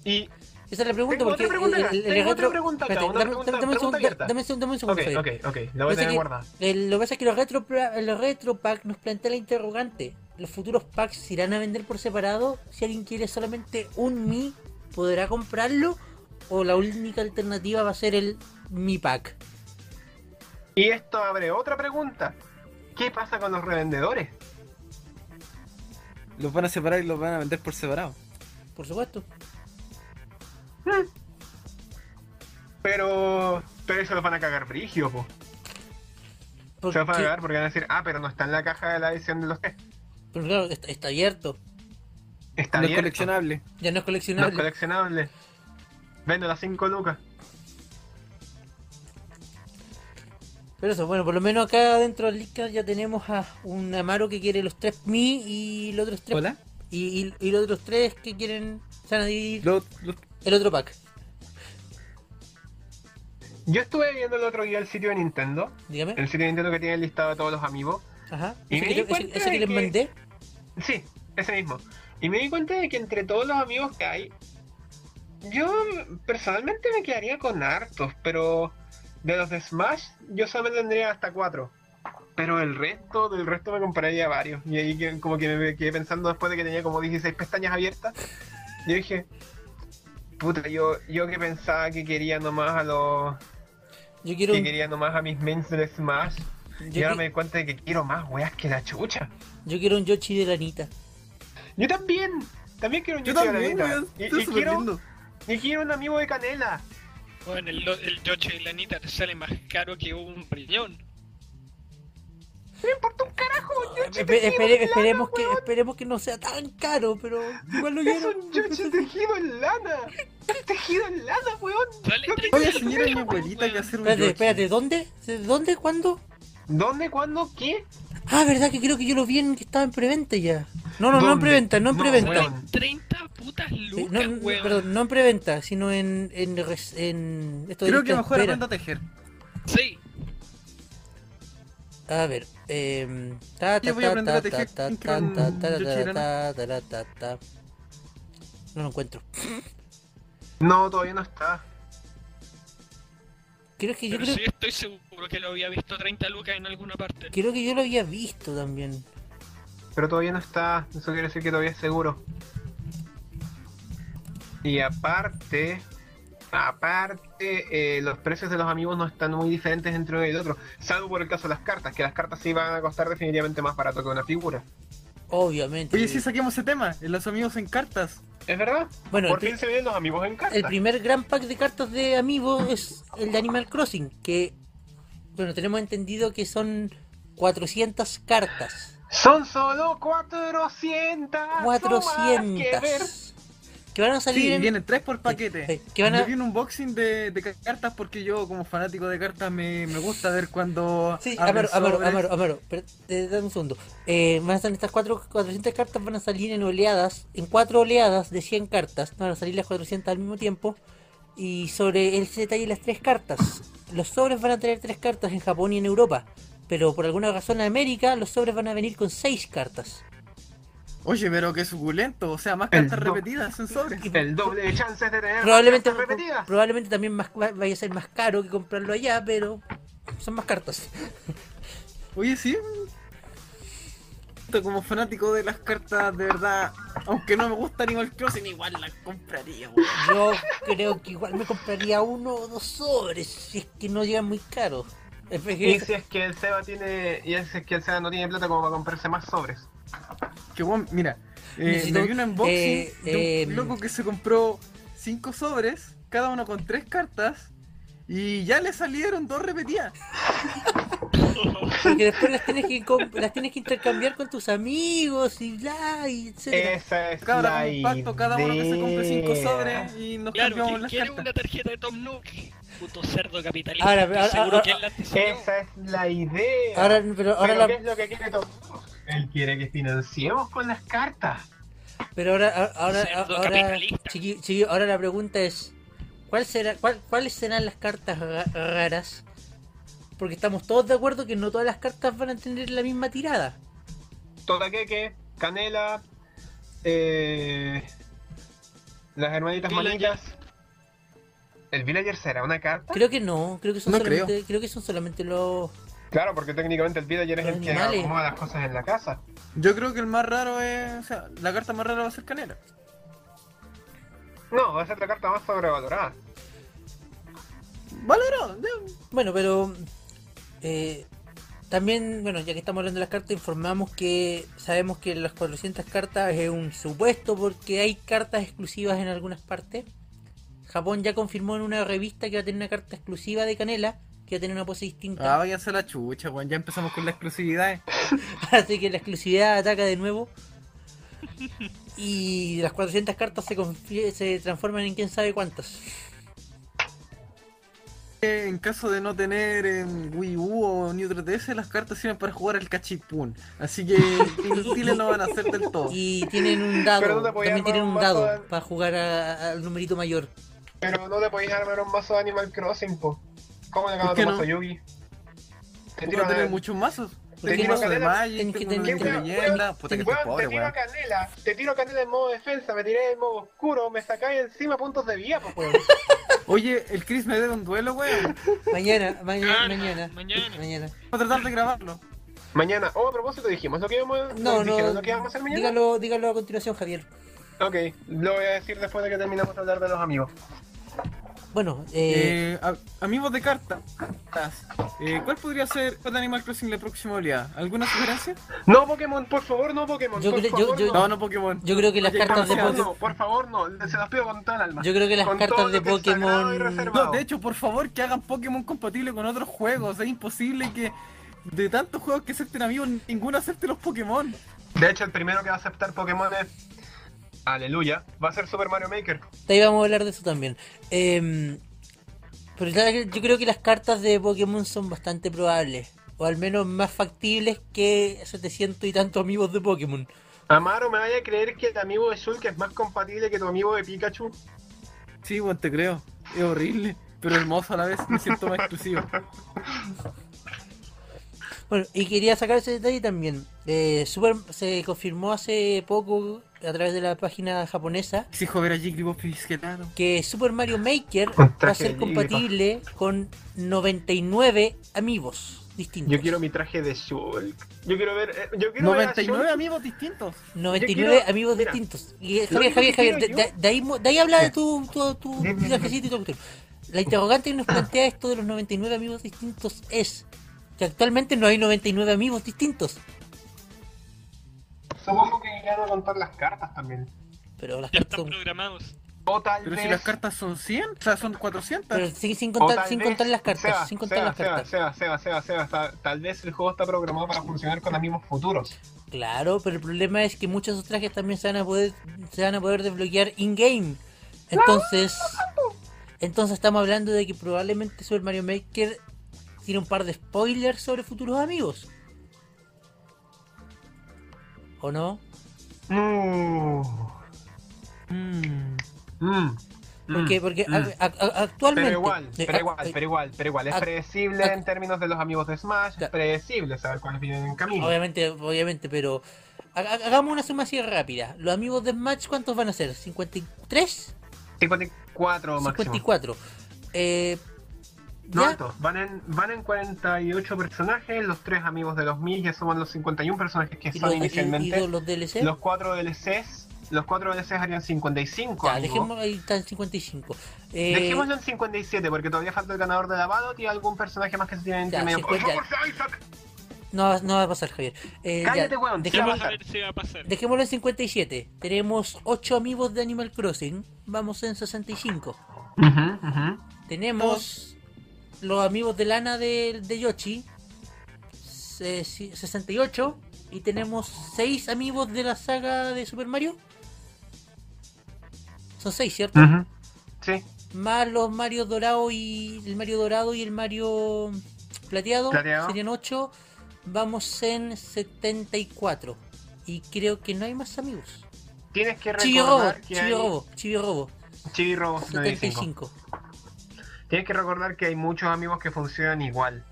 S6: Y,
S3: Esa es la pregunta,
S6: Tengo
S3: porque
S6: otra pregunta acá, tengo otra
S3: retro-
S6: pregunta acá,
S3: Espérate,
S6: una
S3: dame-
S6: pregunta-
S3: dame- dame un
S6: pregunta
S3: segundo,
S6: abierta.
S3: dame un segundo, dame un segundo,
S6: ok,
S3: Javier.
S6: ok, ok, la voy
S3: Pasa
S6: a tener
S3: que-
S6: guardada.
S3: Eh, lo que pasa es que los retro, los retro pack nos plantea la interrogante. ¿Los futuros packs se irán a vender por separado? Si alguien quiere solamente un Mi, ¿podrá comprarlo? ¿O la única alternativa va a ser el Mi Pack?
S6: Y esto abre otra pregunta. ¿Qué pasa con los revendedores?
S4: Los van a separar y los van a vender por separado.
S3: Por supuesto.
S6: Pero... Pero eso los van a cagar brigio, po. Se
S3: Porque,
S6: los van a cagar porque van a decir, ah, pero no está en la caja de la edición de los tres.
S3: pero claro, está, está abierto.
S6: Está
S4: No es
S6: abierto.
S4: coleccionable.
S3: Ya no es
S6: Los
S3: coleccionable.
S6: coleccionables. Vendo las 5 lucas.
S3: Pero eso, bueno, por lo menos acá dentro del Lickcast ya tenemos a un Amaro que quiere los tres Mi y los otros tres.
S4: Hola.
S3: Y, y- y los otros tres que quieren se van a dividir
S4: Los- los-
S3: el otro pack.
S6: Yo estuve viendo el otro día el sitio de Nintendo.
S3: Dígame.
S6: El sitio de Nintendo que tiene el listado de todos los amigos.
S3: Ajá.
S6: Y
S3: Ese
S6: me
S3: que,
S6: di
S3: ese-
S6: cuenta
S3: ese
S6: de
S3: que les
S6: que-
S3: mandé.
S6: Sí, ese mismo. Y me di cuenta de que entre todos los amigos que hay, yo personalmente me quedaría con hartos, pero de los de Smash yo solo tendría hasta cuatro. Pero el resto, del resto me compraría varios. Y ahí que- como que me quedé pensando después de que tenía como 16 pestañas abiertas. Yo dije, puta, yo, yo que pensaba que quería nomás a los...
S3: Yo quiero
S6: Que
S3: un,
S6: quería nomás a mis mains del Smash. Y
S3: yo,
S6: ahora
S3: qui-
S6: me di cuenta de que quiero más weas que la chucha.
S3: yo quiero un Yoshi de lanita.
S6: Yo también. También quiero un
S4: Yo
S6: Yoshi de
S4: también,
S6: Lanita.
S4: weón.
S6: Y-
S4: Está
S6: y,
S4: súper
S6: quiero,
S4: lindo.
S6: y quiero un amigo de canela.
S5: Bueno, el, lo- el Yoshi de Lanita te sale más caro que un riñón.
S6: No me importa un carajo, Yoshi
S3: Espe-
S6: tejido
S3: espere-
S6: en
S3: esperemos,
S6: lana,
S3: que,
S6: weón.
S3: esperemos que no sea tan caro, pero igual lo
S6: Es
S3: quiero.
S6: un Yoshi tejido en lana. Tejido en lana, weón.
S5: Sale
S6: Yo que-
S5: treinta
S4: Voy a
S5: lucas,
S4: enseñar a mi
S5: weón.
S4: abuelita que hacer un
S3: Espérate,
S4: Yoshi.
S3: espérate, ¿dónde? ¿Dónde? ¿Cuándo?
S6: ¿Dónde, cuándo, qué?
S3: Ah, verdad que creo que yo lo vi en que estaba en preventa ya. No, no, no en
S6: ¿Dónde?
S3: preventa, no en
S6: No,
S3: preventa.
S6: weón.
S5: Salen 30 putas
S3: Eh,
S5: lucas,
S3: No, no,
S5: weón.
S3: perdón, no en preventa, sino en, en, res- en esto de
S4: Creo que
S3: lista de
S4: mejor
S3: espera.
S4: aprendo a tejer.
S5: Sí,
S3: A ver, eh, ta, ta,
S4: Yo voy a
S3: ta,
S4: aprender a
S3: ta,
S4: tejer
S3: ta,
S4: un
S3: ta,
S4: cron-
S3: ta, ta,
S4: yo
S3: ta,
S4: chileno.
S3: ta, ta, ta, ta, ta. No lo encuentro.
S6: No, todavía no está.
S3: Creo que yo
S5: pero
S3: creo,
S5: sí estoy seguro que lo había visto 30 lucas en alguna parte.
S3: creo que yo lo había visto también.
S6: Pero todavía no está. Eso quiere decir que todavía es seguro. Y aparte. Aparte, eh, los precios de los amigos no están muy diferentes entre uno y el otro. Salvo por el caso de las cartas, que las cartas sí van a costar definitivamente más barato que una figura.
S3: Obviamente.
S4: Oye, sí saquemos ese tema. en Los amigos en cartas.
S6: ¿Es verdad?
S3: Bueno,
S6: por
S3: el pri-
S6: fin se vienen los amigos en cartas.
S3: El primer gran pack de cartas de Amiibo es el de Animal Crossing, que bueno, tenemos entendido que son 400 cartas.
S6: Son solo 400. no Ah, más
S3: 400.
S6: que ver.
S3: Que van a salir
S4: Sí,
S3: en-
S4: vienen tres por paquete.
S3: Sí, que van a-
S4: Yo vi un unboxing de, de cartas porque yo, como fanático de cartas, me, me gusta ver cuando.
S3: Sí,
S4: abren
S3: Amaro, Amaro,
S4: sobres.
S3: Amaro, Amaro, pero, eh, dame un segundo. Eh, van a salir estas cuatro, 400 cartas, van a salir en oleadas, en cuatro oleadas de 100 cartas, van a salir las 400 al mismo tiempo. Y sobre el detalle de las tres cartas, los sobres van a tener tres cartas en Japón y en Europa, pero por alguna razón en América los sobres van a venir con seis cartas.
S4: Oye, pero qué suculento. O sea, más
S6: El
S4: cartas
S6: do-
S4: repetidas en sobres.
S6: El doble de chances de tener
S3: Probablemente,
S6: cartas Ah, repetidas.
S3: probablemente también más, va- vaya a ser más caro que comprarlo allá, pero son más cartas.
S4: Oye, sí. Puta, Como fanático de las cartas, de verdad, Aunque no me gusta Animal Crossing, igual la compraría, weón.
S3: Yo creo que igual me compraría uno o dos sobres si es que no llegan muy caros. Es
S6: Y
S3: que-
S6: si es que el Seba tiene. Y si es que el Seba no tiene plata como para comprarse más sobres.
S4: Que weón, mira, eh,
S3: Necesito-
S4: me vi un unboxing
S3: eh,
S4: de un
S3: eh,
S4: loco que se compró cinco sobres, cada uno con tres cartas, y ya le salieron dos repetidas.
S3: Porque después las tienes que com- las tienes que intercambiar con tus amigos y bla y etcétera.
S6: Esa es
S4: Cada
S6: la
S4: un pacto, cada uno que se compre cinco
S6: idea.
S4: sobres y nos
S5: Claro,
S4: cambiamos
S5: ¿quién
S4: las
S5: quiere
S4: cartas.
S5: una tarjeta de Tom Nook? Puto cerdo capitalista.
S3: Ahora,
S5: estoy
S3: ahora,
S5: seguro
S3: ahora, eh,
S5: que él la diseñó.
S6: Esa es la idea.
S3: Ahora, pero ahora
S6: Eh, Pero
S3: la-
S6: ¿qué es lo que quiere Tom? Él quiere que financiemos con las cartas.
S3: Pero ahora, a- ahora,
S5: Cerdo
S3: ahora,
S5: capitalista.
S3: chiqui- chiquillo, ahora la pregunta es, ¿cuál será, cuál, cuáles serán las cartas ra- raras? Porque estamos todos de acuerdo que no todas las cartas van a tener la misma tirada.
S6: Totaqueque, Canela, eh, las hermanitas
S5: Villager.
S6: malillas. ¿El Villager será una carta?
S3: Creo que no, creo que son
S4: No
S3: solamente, creo. que son solamente los
S6: Claro, porque técnicamente el Villager es el que
S3: Animales.
S6: acomoda las cosas en la casa.
S4: Yo creo que el más raro es. O sea, la carta más rara va a ser Canela.
S6: No, va a ser la carta más sobrevalorada.
S4: Valorado, ya.
S3: Bueno, pero eh, también, bueno, ya que estamos hablando de las cartas, informamos que sabemos que las 400 cartas es un supuesto porque hay cartas exclusivas en algunas partes. Japón ya confirmó en una revista que va a tener una carta exclusiva de Canela, que va a tener una pose
S4: Ah,
S3: distinta.
S4: váyanse a la chucha, weón. Ya empezamos con la exclusividad. eh.
S3: Así que la exclusividad ataca de nuevo. Y las 400 cartas se, confie- se transforman en quién sabe cuántas.
S4: Eh, En caso de no tener en Wii U o New 3DS, las cartas sirven para jugar al cachipún. Así que inútiles no van a ser del todo.
S3: Y tienen un
S6: Pero
S3: dado,
S6: no te podías
S3: también tienen
S6: armar un
S3: un
S6: mazo
S3: dado
S6: de-
S3: para jugar a- al numerito mayor.
S6: Pero no le podéis armar un mazo de Animal Crossing, po. ¿Cómo le gana
S4: ¿Por
S6: tu
S4: qué
S6: mazo
S4: no?
S6: Yugi? Te
S4: Tengo
S6: tiro
S4: que tener
S6: una...
S4: muchos mazos.
S3: ¿Por
S6: qué
S4: Tengo un
S6: no?
S4: mazo de
S6: Tenés
S4: Magic,
S3: que
S4: tengo
S3: tener-
S4: uno de
S6: Weón,
S4: leyenda. Puta que estoy
S6: Weón,
S4: pobre,
S6: te tiro
S4: weón.
S6: canela, te tiro canela en modo defensa, me tiré en modo oscuro, me sacáis encima puntos de vida, pues weón.
S4: Oye, el Chris me debe un duelo,
S6: Eh.
S4: weón.
S3: Mañana, mañana,
S5: Mañana,
S3: mañana.
S5: mañana.
S3: mañana.
S4: Voy a tratar de grabarlo.
S6: Mañana, oh, a propósito, dijimos lo que íbamos a
S3: No, no.
S6: dijeron lo que íbamos a hacer mañana.
S3: Dígalo, dígalo a continuación, Javier.
S6: Ok, lo voy a decir después de que terminamos de hablar de los amigos.
S3: Bueno, eh,
S4: Eh, a- amigos de cartas. Eh, ¿Cuál podría ser el Animal Crossing la próxima oleada? ¿Alguna sugerencia?
S6: No Pokémon, por favor, no Pokémon.
S3: Yo
S6: por
S3: creo- yo-
S6: favor,
S3: yo-
S6: no.
S4: No, no Pokémon.
S3: yo creo que las
S4: Oye,
S3: cartas de
S4: estamos
S3: Pokémon.
S6: No, por favor, no, se los pido con todo el alma.
S3: Yo creo que las
S6: Con
S3: cartas
S6: todo
S3: de
S6: lo que es sagrado y
S3: Pokémon-
S6: reservado.
S4: No, de hecho, por favor, que hagan Pokémon compatible con otros juegos. Es imposible que de tantos juegos que acepten amigos, ninguno acepte los Pokémon.
S6: De hecho, el primero que va a aceptar Pokémon es. Aleluya, va a ser Super Mario Maker.
S3: de ahí vamos a hablar de eso también. Eh, pero la- yo creo que las cartas de Pokémon son bastante probables. O al menos más factibles que 700 y tantos amigos de Pokémon.
S6: Amaro, ¿me vaya a creer que el amigo de Shulk es más compatible que tu amigo de Pikachu?
S4: Sí, bueno, te creo. Es horrible, pero hermoso a la vez. Me siento más exclusivo.
S3: Bueno, y quería sacar ese detalle también. Eh, Super se confirmó hace poco a través de la página japonesa
S4: Exijo ver a Jigglypuff y Skeletor.
S3: que Super Mario Maker
S6: Un traje
S3: va a
S6: de
S3: ser
S6: Jigglypuff.
S3: compatible con 99 amigos distintos.
S6: Yo quiero mi traje de Shulk. Yo quiero ver. eh, yo quiero ver a
S4: 99
S6: Shulk.
S4: amigos distintos.
S3: 99
S6: Yo quiero-
S3: amigos
S6: mira,
S3: distintos. Y, eh,
S6: lo
S3: Javier,
S6: único que
S3: Javier, Javier, de,
S6: quiero
S3: de- de ahí, mo- de ahí habla de
S6: Ya.
S3: tu, tu, tu
S6: Bien, bien,
S3: viajecito y tu cuestión. La interrogante que nos plantea esto de los 99 amigos distintos es que actualmente no hay 99 amigos distintos.
S6: Supongo que ya no contar las cartas también.
S3: Pero las
S5: Ya
S3: cartas
S5: están
S3: son-
S5: programados.
S6: O tal
S4: Pero
S6: vez.
S4: si las cartas son 100, o sea, son 400.
S3: pero sin, sin
S6: o
S3: contar,
S6: tal
S3: sin
S6: vez-
S3: contar las cartas.
S6: Seba,
S3: sin contar
S6: Seba,
S3: las cartas.
S6: Seba, Seba, Seba, Seba, ta- tal vez el juego está programado para funcionar con amigos futuros.
S3: Claro, pero el problema es que muchos de esos trajes también se van a poder, se van a poder desbloquear in-game. Entonces, entonces estamos hablando de que probablemente Super Mario Maker tiene un par de spoilers sobre futuros amigos. ¿O no?
S6: Mm.
S4: Mm.
S6: Mm.
S3: Porque,
S6: Mm.
S3: porque
S6: Mm.
S3: a- a- a- actualmente...
S6: Pero igual,
S3: eh,
S6: pero
S3: a-
S6: igual,
S3: eh, ah,
S6: pero igual, pero igual. Es
S3: ac-
S6: predecible
S3: ac-
S6: en términos de los amigos de Smash, es
S3: Claro.
S6: predecible saber cuáles vienen en camino.
S3: Obviamente, obviamente, pero... ha- ha- Hagamos una suma así rápida. ¿Los amigos de Smash cuántos van a ser? ¿53?
S6: 54 máximo.
S3: 54. Eh,
S6: No,
S3: ya.
S6: alto. Van en, van en 48 personajes, los tres amigos de los 1000 ya suman los 51 personajes que
S3: ¿Y
S6: son
S3: los, y- y
S6: inicialmente.
S3: los DLC?
S6: Los 4 DLCs Los cuatro veces harían 55.
S3: Ya,
S6: amigo.
S3: dejemos ahí está en 55. Eh,
S6: Dejémoslo en 57 porque todavía falta el ganador de la ballot y algún personaje más que se tiene entre
S3: Ya,
S6: medio. ¡Oh, ¡Por
S3: 50.
S6: favor, Isaac!
S3: no, va- no va a pasar, Javier. Eh, ya,
S6: Cállate, weón,
S5: Ya
S6: ¿Qué
S3: dejemos-
S5: vas
S6: va a
S5: a
S6: pasar?
S5: ver si va a pasar.
S3: Dejémoslo en 57. Tenemos 8 amigos de Animal Crossing. Vamos en 65.
S6: Ujú, ujú.
S3: Tenemos los amigos de lana de, de Yoshi. se- si- 68. Y tenemos 6 amigos de la saga de Super Mario. Son 6, ¿cierto?
S6: Ujú. Sí,
S3: Más los Mario Dorado y el Mario Dorado y el Mario Plateado,
S6: Plateado.
S3: serían 8. Vamos en 74. Y creo que no hay más amigos.
S6: tienes que
S3: Chibi Robo,
S6: recordar que
S3: Chibi
S6: hay...
S3: Robo, Chibi Robo,
S6: Chibi Robo 75.
S3: 75.
S6: Tienes que recordar que hay muchos amigos que funcionan igual.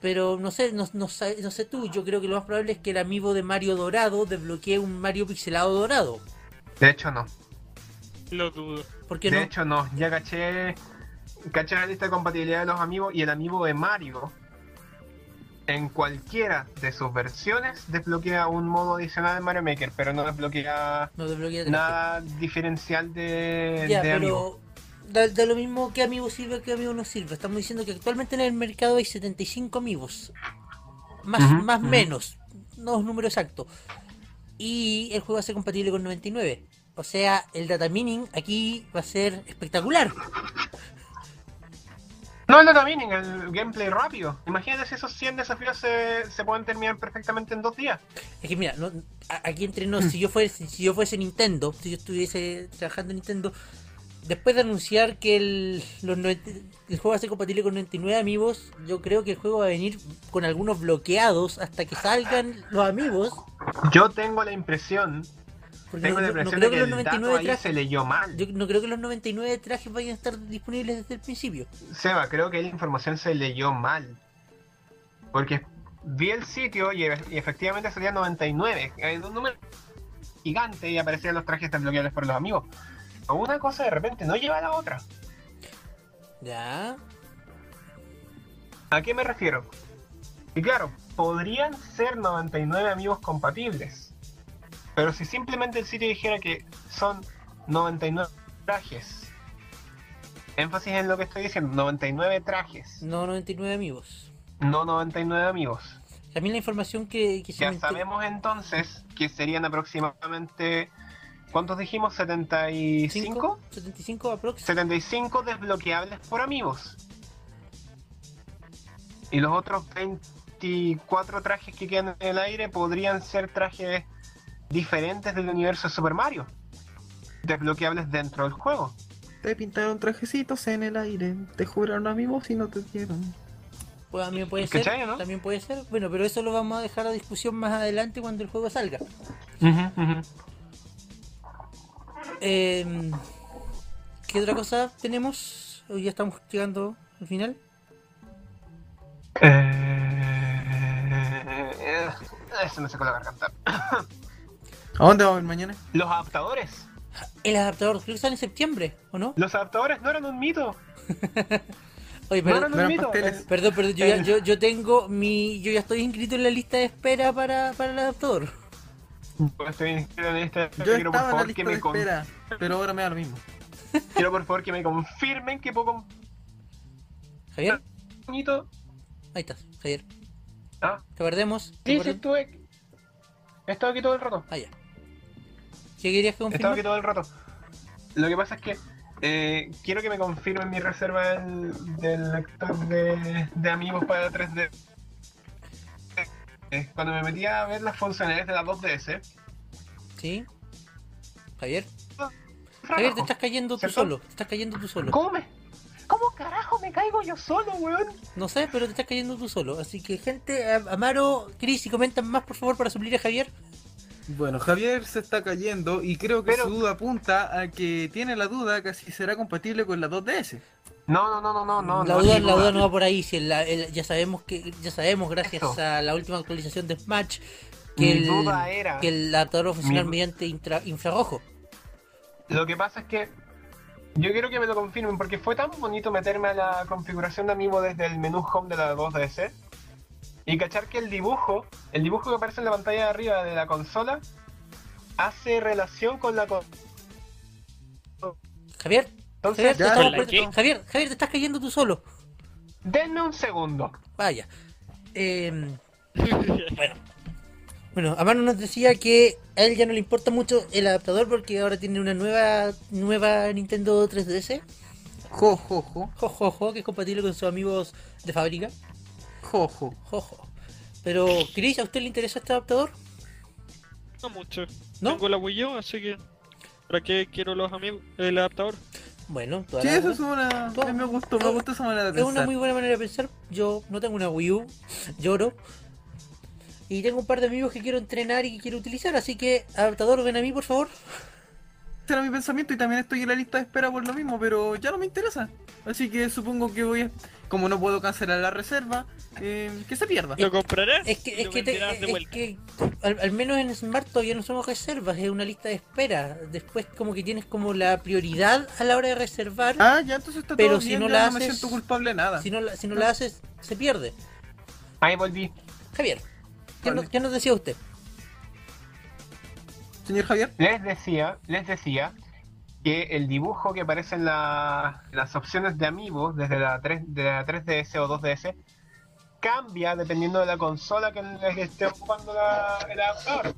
S3: Pero no sé, no, no sé, no sé tú, yo creo que lo más probable es que el amigo de Mario Dorado desbloquee un Mario pixelado dorado.
S6: De hecho, no.
S5: Lo dudo.
S3: Porque
S6: De
S3: no,
S6: hecho, no. Ya caché. Caché la lista de compatibilidad de los amigos y el amigo de Mario. En cualquiera de sus versiones desbloquea un modo adicional de Mario Maker, pero no desbloquea
S3: no desbloquea tres.
S6: nada diferencial de,
S3: Ya,
S6: de amigo.
S3: pero da, da lo mismo que amigo sirve que amigo no sirve. Estamos diciendo que actualmente en el mercado hay 75 amigos. Más,
S6: Ujú,
S3: más
S6: ujú.
S3: menos. No es número exacto. Y el juego va a ser compatible con 99. O sea, el data mining aquí va a ser espectacular.
S6: No, no, también en el gameplay rápido. Imagínate si esos 100 desafíos se, se pueden terminar perfectamente en dos días.
S3: Es que mira, no- a- aquí entre nos, si yo fuese, si yo fuese Nintendo, si yo estuviese trabajando en Nintendo, después de anunciar que el, los 90 el juego va a ser compatible con 99 amigos, yo creo que el juego va a venir con algunos bloqueados hasta que salgan los amigos.
S6: Yo tengo la impresión,
S3: Porque
S6: tengo
S3: no,
S6: la
S3: no- no
S6: impresión
S3: creo que
S6: de que
S3: los
S6: el dato
S3: 99
S6: ahí se
S3: trajes,
S6: leyó mal.
S3: yo no creo que los 99 trajes vayan a estar disponibles desde el principio.
S6: Seba, creo que la información se leyó mal. Porque vi el sitio y, e- y efectivamente salía 99. Es un número gigante y aparecían los trajes desbloqueables por los amigos. O Una cosa de repente no lleva a la otra.
S3: Ya.
S6: ¿A qué me refiero? Y claro, podrían ser 99 amigos compatibles. Pero si simplemente el sitio dijera que son 99 trajes. Énfasis en lo que estoy diciendo, 99 trajes,
S3: No 99 amigos.
S6: no 99 amigos.
S3: A mí la información que, que se
S6: Ya
S3: me enter-
S6: sabemos entonces que serían aproximadamente, ¿cuántos dijimos? ¿75?
S3: 75 aprox.
S6: 75 desbloqueables por amigos. Y los otros 24 trajes que quedan en el aire podrían ser trajes diferentes del universo de Super Mario. Desbloqueables dentro del juego.
S4: Te pintaron trajecitos en el aire, te juraron amigos y no te dieron.
S3: Pues también puede ser,
S6: ¿Cachai, no?
S3: también puede ser. Bueno, pero eso lo vamos a dejar a discusión más adelante cuando el juego salga. Eh, ¿Qué otra cosa tenemos? Hoy ya estamos llegando al final.
S6: Eh, eh, se me sacó la garganta.
S4: ¿A dónde vamos a ir mañana?
S6: Los adaptadores.
S3: El adaptador, creo que sale en septiembre, ¿o no?
S6: Los adaptadores no eran un mito.
S3: Oye,
S6: No Eh.
S3: perdón,
S6: eran
S4: no
S6: un
S4: eran
S6: mito.
S4: pasteles.
S3: perdón, perdón, yo, ya- yo, yo tengo mi. Yo ya estoy inscrito en la lista de espera para, para el adaptador.
S6: Yo Pues, estoy inscrito en esta.
S4: Yo
S6: Quiero por
S4: estaba en la
S6: favor que
S4: lista de
S6: me con-
S4: espera, pero ahora me da lo mismo.
S6: quiero por favor que me confirmen que puedo
S3: Javier,
S6: bonito.
S3: ahí estás, Javier.
S6: Ah,
S3: Te perdemos. te
S6: sí, sí,
S3: perdemos.
S6: estuve. He estado aquí todo el rato.
S3: Ah, ya. ¿Qué querías
S6: He estado aquí
S3: confirmar?
S6: todo el rato. Lo que pasa es que eh, quiero que me confirmen mi reserva del, del actor de, de amigos para 3D. Eh, Cuando me metí a ver las funcionalidades de la 2DS,
S3: Sí. Javier. Javier, te
S6: carajo,
S3: estás cayendo tú
S6: ¿Cierto?
S3: solo. Te estás cayendo tú solo.
S6: ¿cómo me, cómo carajo me caigo yo solo, weón?
S3: No sé, pero te estás cayendo tú solo. Así que, gente, a- Amaro, Chris, si comentan más, por favor, para suplir a Javier.
S4: Bueno, Javier se está cayendo y creo que
S6: Pero-
S4: su duda apunta a que tiene la duda que si será compatible con la 2DS.
S6: No, no, no, no, no, no.
S3: la
S6: no,
S3: duda,
S6: sí,
S3: la duda no va por ahí. Si el- el- ya sabemos que, ya sabemos gracias
S6: Eso.
S3: a la última actualización de Smash
S6: Mi
S3: que el,
S6: duda era-
S3: que el adaptador va a funcionar
S6: Mi-
S3: mediante intra- infrarrojo.
S6: Lo que pasa es que yo quiero que me lo confirmen porque fue tan bonito meterme a la configuración de Amiibo desde el menú Home de la 2DS y cachar que el dibujo, el dibujo que aparece en la pantalla de arriba de la consola, hace relación con la con-
S3: Javier, Javier,
S6: Entonces,
S3: te
S4: ya-
S3: estamos
S5: ¿La
S3: perdi-
S5: qué?
S3: Javier, Javier, te estás cayendo tú solo.
S6: denme un segundo.
S3: Vaya. Eh, bueno. Bueno, Amano nos decía que a él ya no le importa mucho el adaptador porque ahora tiene una nueva nueva Nintendo 3DS.
S4: Jo, jo, jo.
S3: Jo, jo, jo, que es compatible con sus amigos de fábrica.
S4: Jo, jo.
S3: Jo, jo. Pero, Chris, ¿a usted le interesa este adaptador?
S5: No mucho.
S3: ¿No?
S5: Tengo la Wii U, así que. ¿Para qué quiero los amigos? El adaptador.
S3: Bueno, toda
S4: Sí,
S3: la-
S4: eso es una. eh, Me gustó, me gustó esa manera de
S3: Es una
S4: pensar.
S3: muy buena manera de pensar. Yo no tengo una Wii U, lloro. Y tengo un par de amigos que quiero entrenar y que quiero utilizar, así que adaptador, ven a mí, por favor.
S4: Ese era mi pensamiento y también estoy en la lista de espera por lo mismo, pero ya no me interesa. Así que supongo que voy a. Como no puedo cancelar la reserva, eh, que se pierda.
S5: ¿Lo comprarás?
S3: Es que,
S5: y
S3: es
S5: lo
S3: que, te-
S5: venderás de
S3: es
S5: vuelta.
S3: que al, al menos en Smart todavía no somos reservas, es una lista de espera. Después como que tienes como la prioridad a la hora de reservar.
S4: Ah, ya entonces está
S3: Pero
S4: todo
S3: si
S4: bien,
S3: no
S4: ya
S3: la
S4: no me
S3: haces-
S4: siento culpable de nada.
S3: Si no, la- si no la haces, se pierde.
S6: Ahí volví.
S3: Javier, ¿qué,
S4: Vale.
S3: no- qué nos decía usted?
S4: Señor Javier,
S6: Les decía, les decía que el dibujo que aparece en la- las opciones de Amiibo desde la, 3, de la 3DS o 2DS cambia dependiendo de la consola que, en la que esté ocupando la, el adaptador,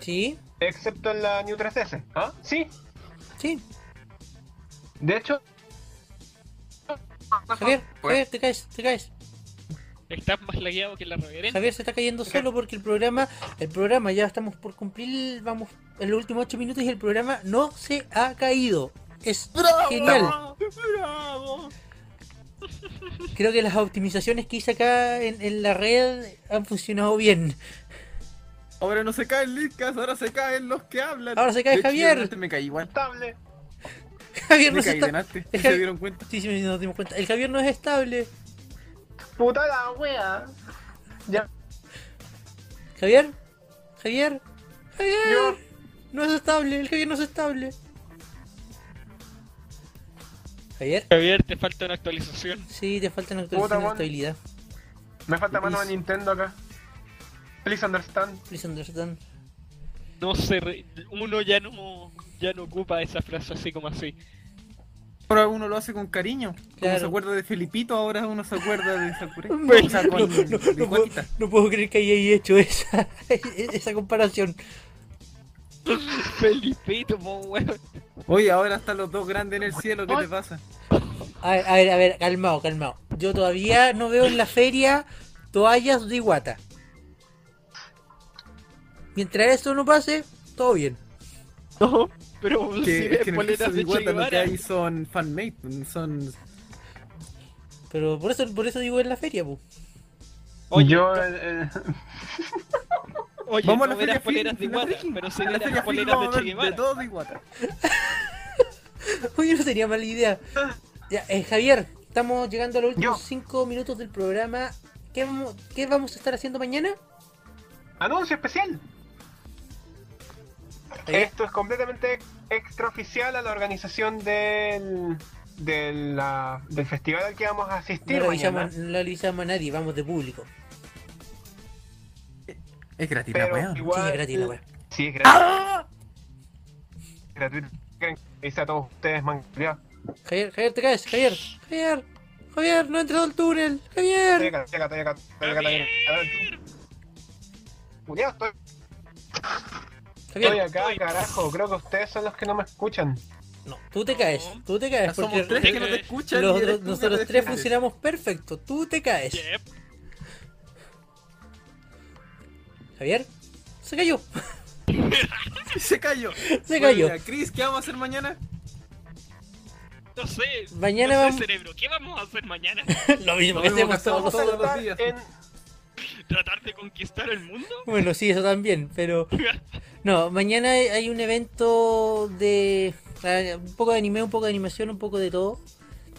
S3: ¿Sí?
S6: excepto en la New 3DS. ¿Ah? Sí,
S3: ¿Sí?
S6: de hecho.
S3: Javier, Javier, te caes, te caes.
S5: Estás más lagueado que la reverenda.
S3: Javier se está cayendo solo porque el programa, el programa ya estamos por cumplir, vamos en los últimos 8 minutos y el programa no se ha caído. Es genial.
S5: ¡Bravo! ¡Bravo!
S3: Creo que las optimizaciones que hice acá en, en la red han funcionado bien.
S4: ahora no se caen licas, ahora se caen los que hablan.
S3: Ahora se cae
S4: De hecho, yo
S3: Javier.
S4: delante Me caí igual.
S6: Estable.
S3: Javier no
S4: Me
S3: se
S4: caí
S3: está...
S4: delante.
S3: Es
S4: ¿Se
S3: Javier-
S4: dieron cuenta?
S3: Sí, sí, nos dimos cuenta. El Javier no es estable.
S6: Puta la wea. Ya.
S3: Javier, Javier, Javier.
S6: Yo.
S3: No es estable, el Javier no es estable. Javier,
S5: Javier, te falta una actualización.
S3: sí, te falta una
S6: Puta,
S3: actualización de
S6: weón.
S3: estabilidad.
S6: Me falta mano de
S3: Please.
S6: Nintendo acá. Please understand.
S3: Please understand.
S5: No se re- Uno ya no, ya no ocupa esa frase así como así.
S4: Ahora uno lo hace con cariño. Como
S3: Claro.
S4: se acuerda de Felipito, ahora uno se acuerda de Sakura.
S3: No,
S4: o sea,
S3: no,
S4: con
S3: no, no
S4: de
S3: puedo,
S4: Juanita.
S3: no puedo creer que hayáis hecho esa, esa comparación.
S5: Felipito, po, weón.
S4: Oye, ahora están los dos grandes en el cielo, ¿qué te pasa?
S3: A ver, a ver, a ver, calmado, calmado. Yo todavía no veo en la feria toallas de Iguata. Mientras eso no pase, todo bien.
S5: No, pero si
S4: Que, es que en el caso de
S5: poleras de Che
S4: Iguata lo que
S5: Guevara.
S4: hay son fanmade, pues, son...
S3: Pero por eso, por eso digo en la feria, pu.
S5: Oye,
S6: Yo, eh, eh,
S5: Oye,
S4: Vamos a
S5: no
S4: la feria
S5: verás poleras de
S4: Film, la
S5: Guata,
S4: feria-
S5: pero
S4: a
S5: sí
S4: Ah, la
S5: verás
S4: feria Film
S5: poleras de
S4: vamos a
S5: Che
S4: ver de
S5: Guevara.
S4: todo de Iguata.
S3: Oye, no sería mala idea. Ya, eh, Javier, estamos llegando a los últimos
S6: Yo.
S3: 5 minutos del programa. ¿Qué vamos, ¿Qué vamos a estar haciendo mañana?
S6: anuncio especial.
S3: Javier,
S6: Esto es completamente extraoficial a la organización del, del, la- del festival al que vamos a
S3: No
S6: asistir
S3: le
S6: mañana.
S3: avisamos, no le avisamos a nadie, vamos de público.
S4: Es gratis la
S6: Pero
S4: weá.
S3: Sí,
S6: igual,
S3: es gratis la wea.
S6: Sí, es gratis. Gratuito. Quieren que avise a todos ustedes, man. Ya,
S3: Javier, Javier, te caes, Javier, Javier, Javier, no he entrado al túnel,
S6: estoy
S3: Javier.
S6: acá, estoy acá, estoy acá, estoy acá, estoy acá. A ver. Julián, estoy, estoy
S3: Javier,
S6: acá, carajo. Creo que ustedes son los que no me escuchan.
S3: no, tú te caes, tú te
S4: Ya
S3: caes, porque
S4: Ah, somos tres que no te
S5: porque-
S4: escuchan.
S3: los
S4: y eres
S3: otros-
S4: tú que
S3: nosotros
S4: te
S3: tres
S4: defiendes.
S3: funcionamos perfecto, tú te caes.
S5: Yep.
S3: Javier, se cayó,
S4: Se cayó.
S3: se cayó.
S4: Bueno, mira, Chris, ¿qué vamos a hacer mañana?
S5: No sé.
S3: Mañana
S5: no sé,
S3: vamos-
S5: cerebro. ¿Qué vamos a hacer mañana?
S3: Lo mismo
S4: Lo
S3: que
S4: mismo
S3: hacemos
S4: que
S3: todos.
S4: hacemos
S6: Vamos a
S4: todos los días.
S6: estar en
S5: ¿Tratar de conquistar el mundo?
S3: Bueno, sí, eso también, pero... No, mañana hay- hay un evento de... ah, Un poco de anime, un poco de animación, un poco de todo.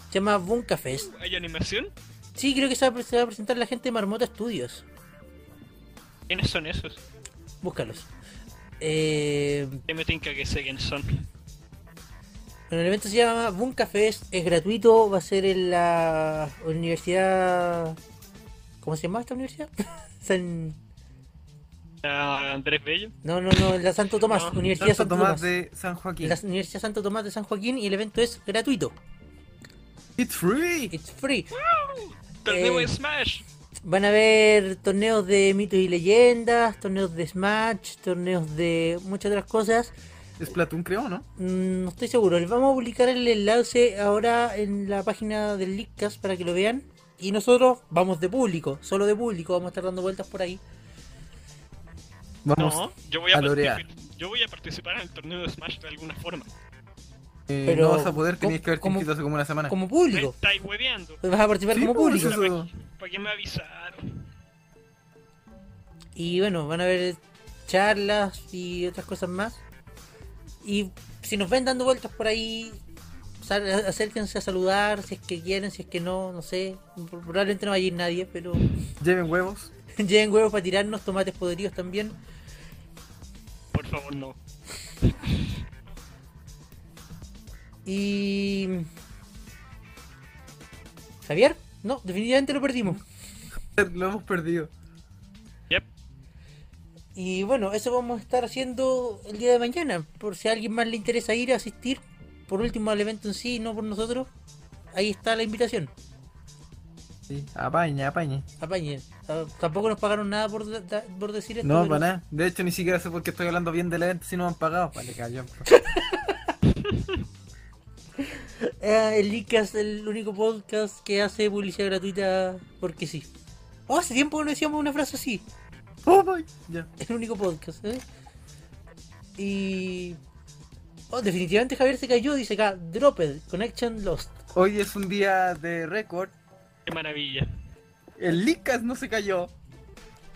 S3: Se llama Bunka Fest.
S5: ¿Hay animación?
S3: Sí, creo que se va a pre- se va a presentar la gente de Marmota Studios.
S5: ¿Quiénes son esos?
S3: Búscalos. Eh,
S5: Que me tinca que sé quiénes son.
S3: Bueno, el evento se llama Bunka Fest, es gratuito, va a ser en la universidad... ¿Cómo se llama esta universidad? San...
S5: ¿La Ah, Andrés Bello?
S3: No, no, no, en la Santo Tomás,
S5: No,
S3: Universidad Santo
S4: Santo Tomás
S3: Tomás.
S4: de San Joaquín.
S3: En la Universidad Santo Tomás de San Joaquín y el evento es gratuito.
S4: It's free.
S3: It's free.
S5: Torneo
S3: Eh.
S5: de Smash.
S3: Van a haber torneos de mitos y leyendas, torneos de Smash, torneos de muchas otras cosas.
S4: Es Platón, creo, ¿no?
S3: Mm, No estoy seguro. Les vamos a publicar el enlace ahora en la página del Leakcast para que lo vean. Y nosotros vamos de público, solo de público, vamos a estar dando vueltas por ahí.
S4: Vamos.
S5: No, yo voy a,
S4: a lorear.
S5: participar- yo voy a participar en el torneo de Smash de alguna forma.
S4: Eh,
S3: Pero,
S4: no vas a poder, tenéis que haberte
S3: ¿cómo-
S4: inscrito hace como una semana.
S3: Como
S5: Me
S3: público.
S5: estáis hueveando.
S3: Vas a participar
S4: Ah, Sí,
S3: como
S4: pues,
S3: público.
S4: eso-
S5: ¿Para qué- para qué me avisaron?
S3: Y bueno, van a haber charlas y otras cosas más. Y si nos ven dando vueltas por ahí, sal- acérquense a saludar, si es que quieren, si es que no, no sé. Probablemente no vaya a ir nadie, pero
S4: Lleven huevos.
S3: lleven huevos para tirarnos, tomates podridos también.
S5: Por favor, no.
S3: Y... Javier, no, definitivamente lo perdimos.
S4: Lo hemos perdido.
S5: Yep.
S3: Y bueno, eso vamos a estar haciendo el día de mañana. Por si a alguien más le interesa ir a asistir, por último al evento en sí, no por nosotros, ahí está la invitación.
S4: Sí, apaña, apaña.
S3: Apañen. Ta- Tampoco nos pagaron nada por, da- da- por decir esto.
S4: No,
S3: pero-
S4: para nada. De hecho, ni siquiera sé por qué estoy hablando bien del evento si no me han pagado. Vale, callón.
S3: Eh, el Icas, el único podcast que hace publicidad gratuita porque sí. Oh, hace tiempo que no decíamos una frase así.
S4: Oh, my. Ya.
S3: El único podcast, ¿eh? Y. Oh, definitivamente Javier se cayó, dice acá, Dropped, Connection Lost.
S4: Hoy es un día de récord.
S5: Qué maravilla.
S4: El Licas no se cayó.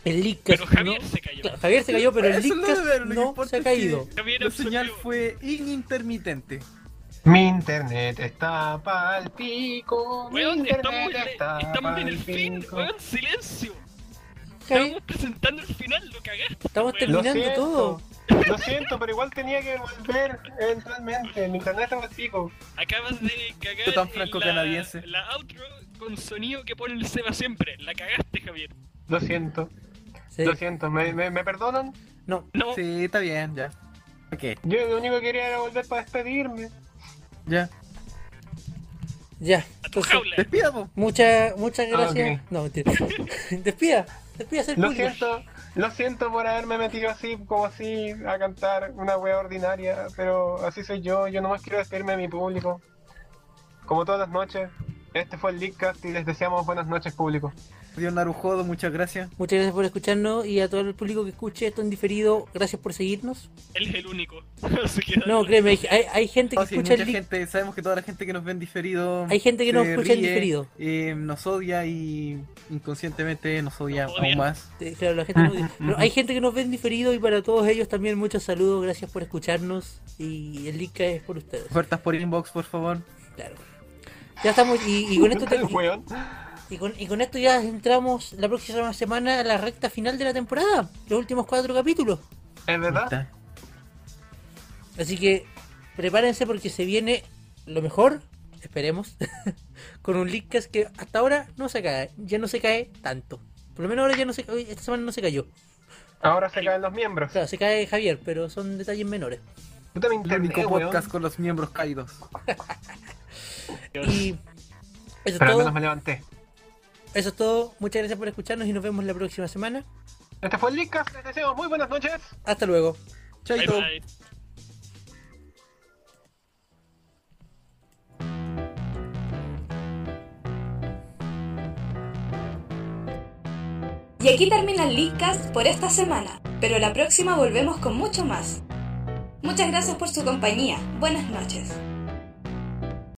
S3: El Icas.
S5: Pero Javier se cayó.
S3: Claro, Javier se cayó, pero el
S4: Eso es lo de
S3: Icas
S4: menos, lo que
S3: no
S4: importa
S3: se ha
S4: es que
S3: caído.
S5: Javier
S4: La señal
S5: absorbió.
S4: fue inintermitente.
S6: Mi internet está pa'l pico. Mi
S5: Weón, estamos,
S6: internet
S5: en-
S6: está
S5: estamos en el
S6: pa'l
S5: fin,
S6: pico.
S5: weón, silencio.
S3: Javier,
S5: Estamos presentando el final, lo cagaste.
S3: estamos
S5: weón.
S6: Lo
S3: terminando
S6: siento.
S3: todo.
S6: Lo siento, pero igual tenía que volver eventualmente. Mi internet está pa'l pico.
S5: Acabas de cagar
S4: Tú tan franco
S5: la,
S4: canadiense.
S5: la outro con sonido que pone el Seba siempre. La cagaste, Javier.
S6: Lo siento.
S3: Sí.
S6: Lo siento. ¿Me, me, me perdonan?
S3: No,
S5: No,
S4: Sí, está bien, ya. Ok,
S6: Yo lo único que quería era volver para despedirme.
S4: ya.
S3: ya.
S5: a tu
S3: entonces,
S5: jaula.
S4: Despidamos.
S3: Muchas, muchas
S6: Ah,
S3: gracias. No, mentira. despida, despida ser
S6: Lo
S3: público.
S6: siento. Lo siento por haberme metido así, como así, a cantar una wea ordinaria. Pero así soy yo. Yo nomás quiero despedirme de mi público. Como todas las noches. Este fue el Leadcast y les deseamos buenas noches, público.
S4: Dios Narujodo, muchas gracias.
S3: Muchas gracias por escucharnos y a todo el público que escuche esto en diferido, gracias por seguirnos.
S5: Él es el único. Así que dale.
S3: No, créeme, hay, hay- hay gente que
S4: No, Oh, sí,
S3: escucha
S4: mucha
S3: el link.
S4: gente, sabemos que toda la gente que nos ve en diferido.
S3: Hay gente que nos
S4: se
S3: escucha en
S4: ríe,
S3: diferido.
S4: eh, nos odia y inconscientemente nos odia
S5: Nos odia.
S4: aún más.
S3: Eh, Claro, la gente no- pero hay gente que nos ve en diferido y para todos ellos también muchos saludos, gracias por escucharnos y el link es por ustedes,
S4: Ofertas por inbox, por favor.
S3: claro. Ya estamos y, y con esto te- y,
S6: Weón.
S3: y con, y con esto ya entramos la próxima semana a la recta final de la temporada, los últimos cuatro capítulos.
S6: ¿Es
S4: Ahí
S6: verdad?
S4: está.
S3: Así que prepárense porque se viene lo mejor, esperemos, con un Leadcast que hasta ahora no se cae, ya no se cae tanto. Por lo menos ahora ya no se hoy- esta semana no se cayó.
S6: Ahora se caen los miembros.
S3: Claro, se cae Javier, pero son detalles menores.
S6: Puta mi
S4: El
S6: internet,
S4: único
S6: weón.
S4: podcast con los miembros caídos.
S5: Dios.
S3: Y eso es
S6: Pero al menos
S3: todo,
S6: me levanté.
S3: eso es todo. Muchas gracias por escucharnos y nos vemos la próxima semana.
S6: Este fue el Leadcast. Les deseo muy buenas noches.
S3: Hasta luego.
S5: Bye,
S4: Chaito.
S5: bye.
S2: Y aquí termina el Leadcast por esta semana, pero la próxima volvemos con mucho más. Muchas gracias por su compañía. Buenas noches.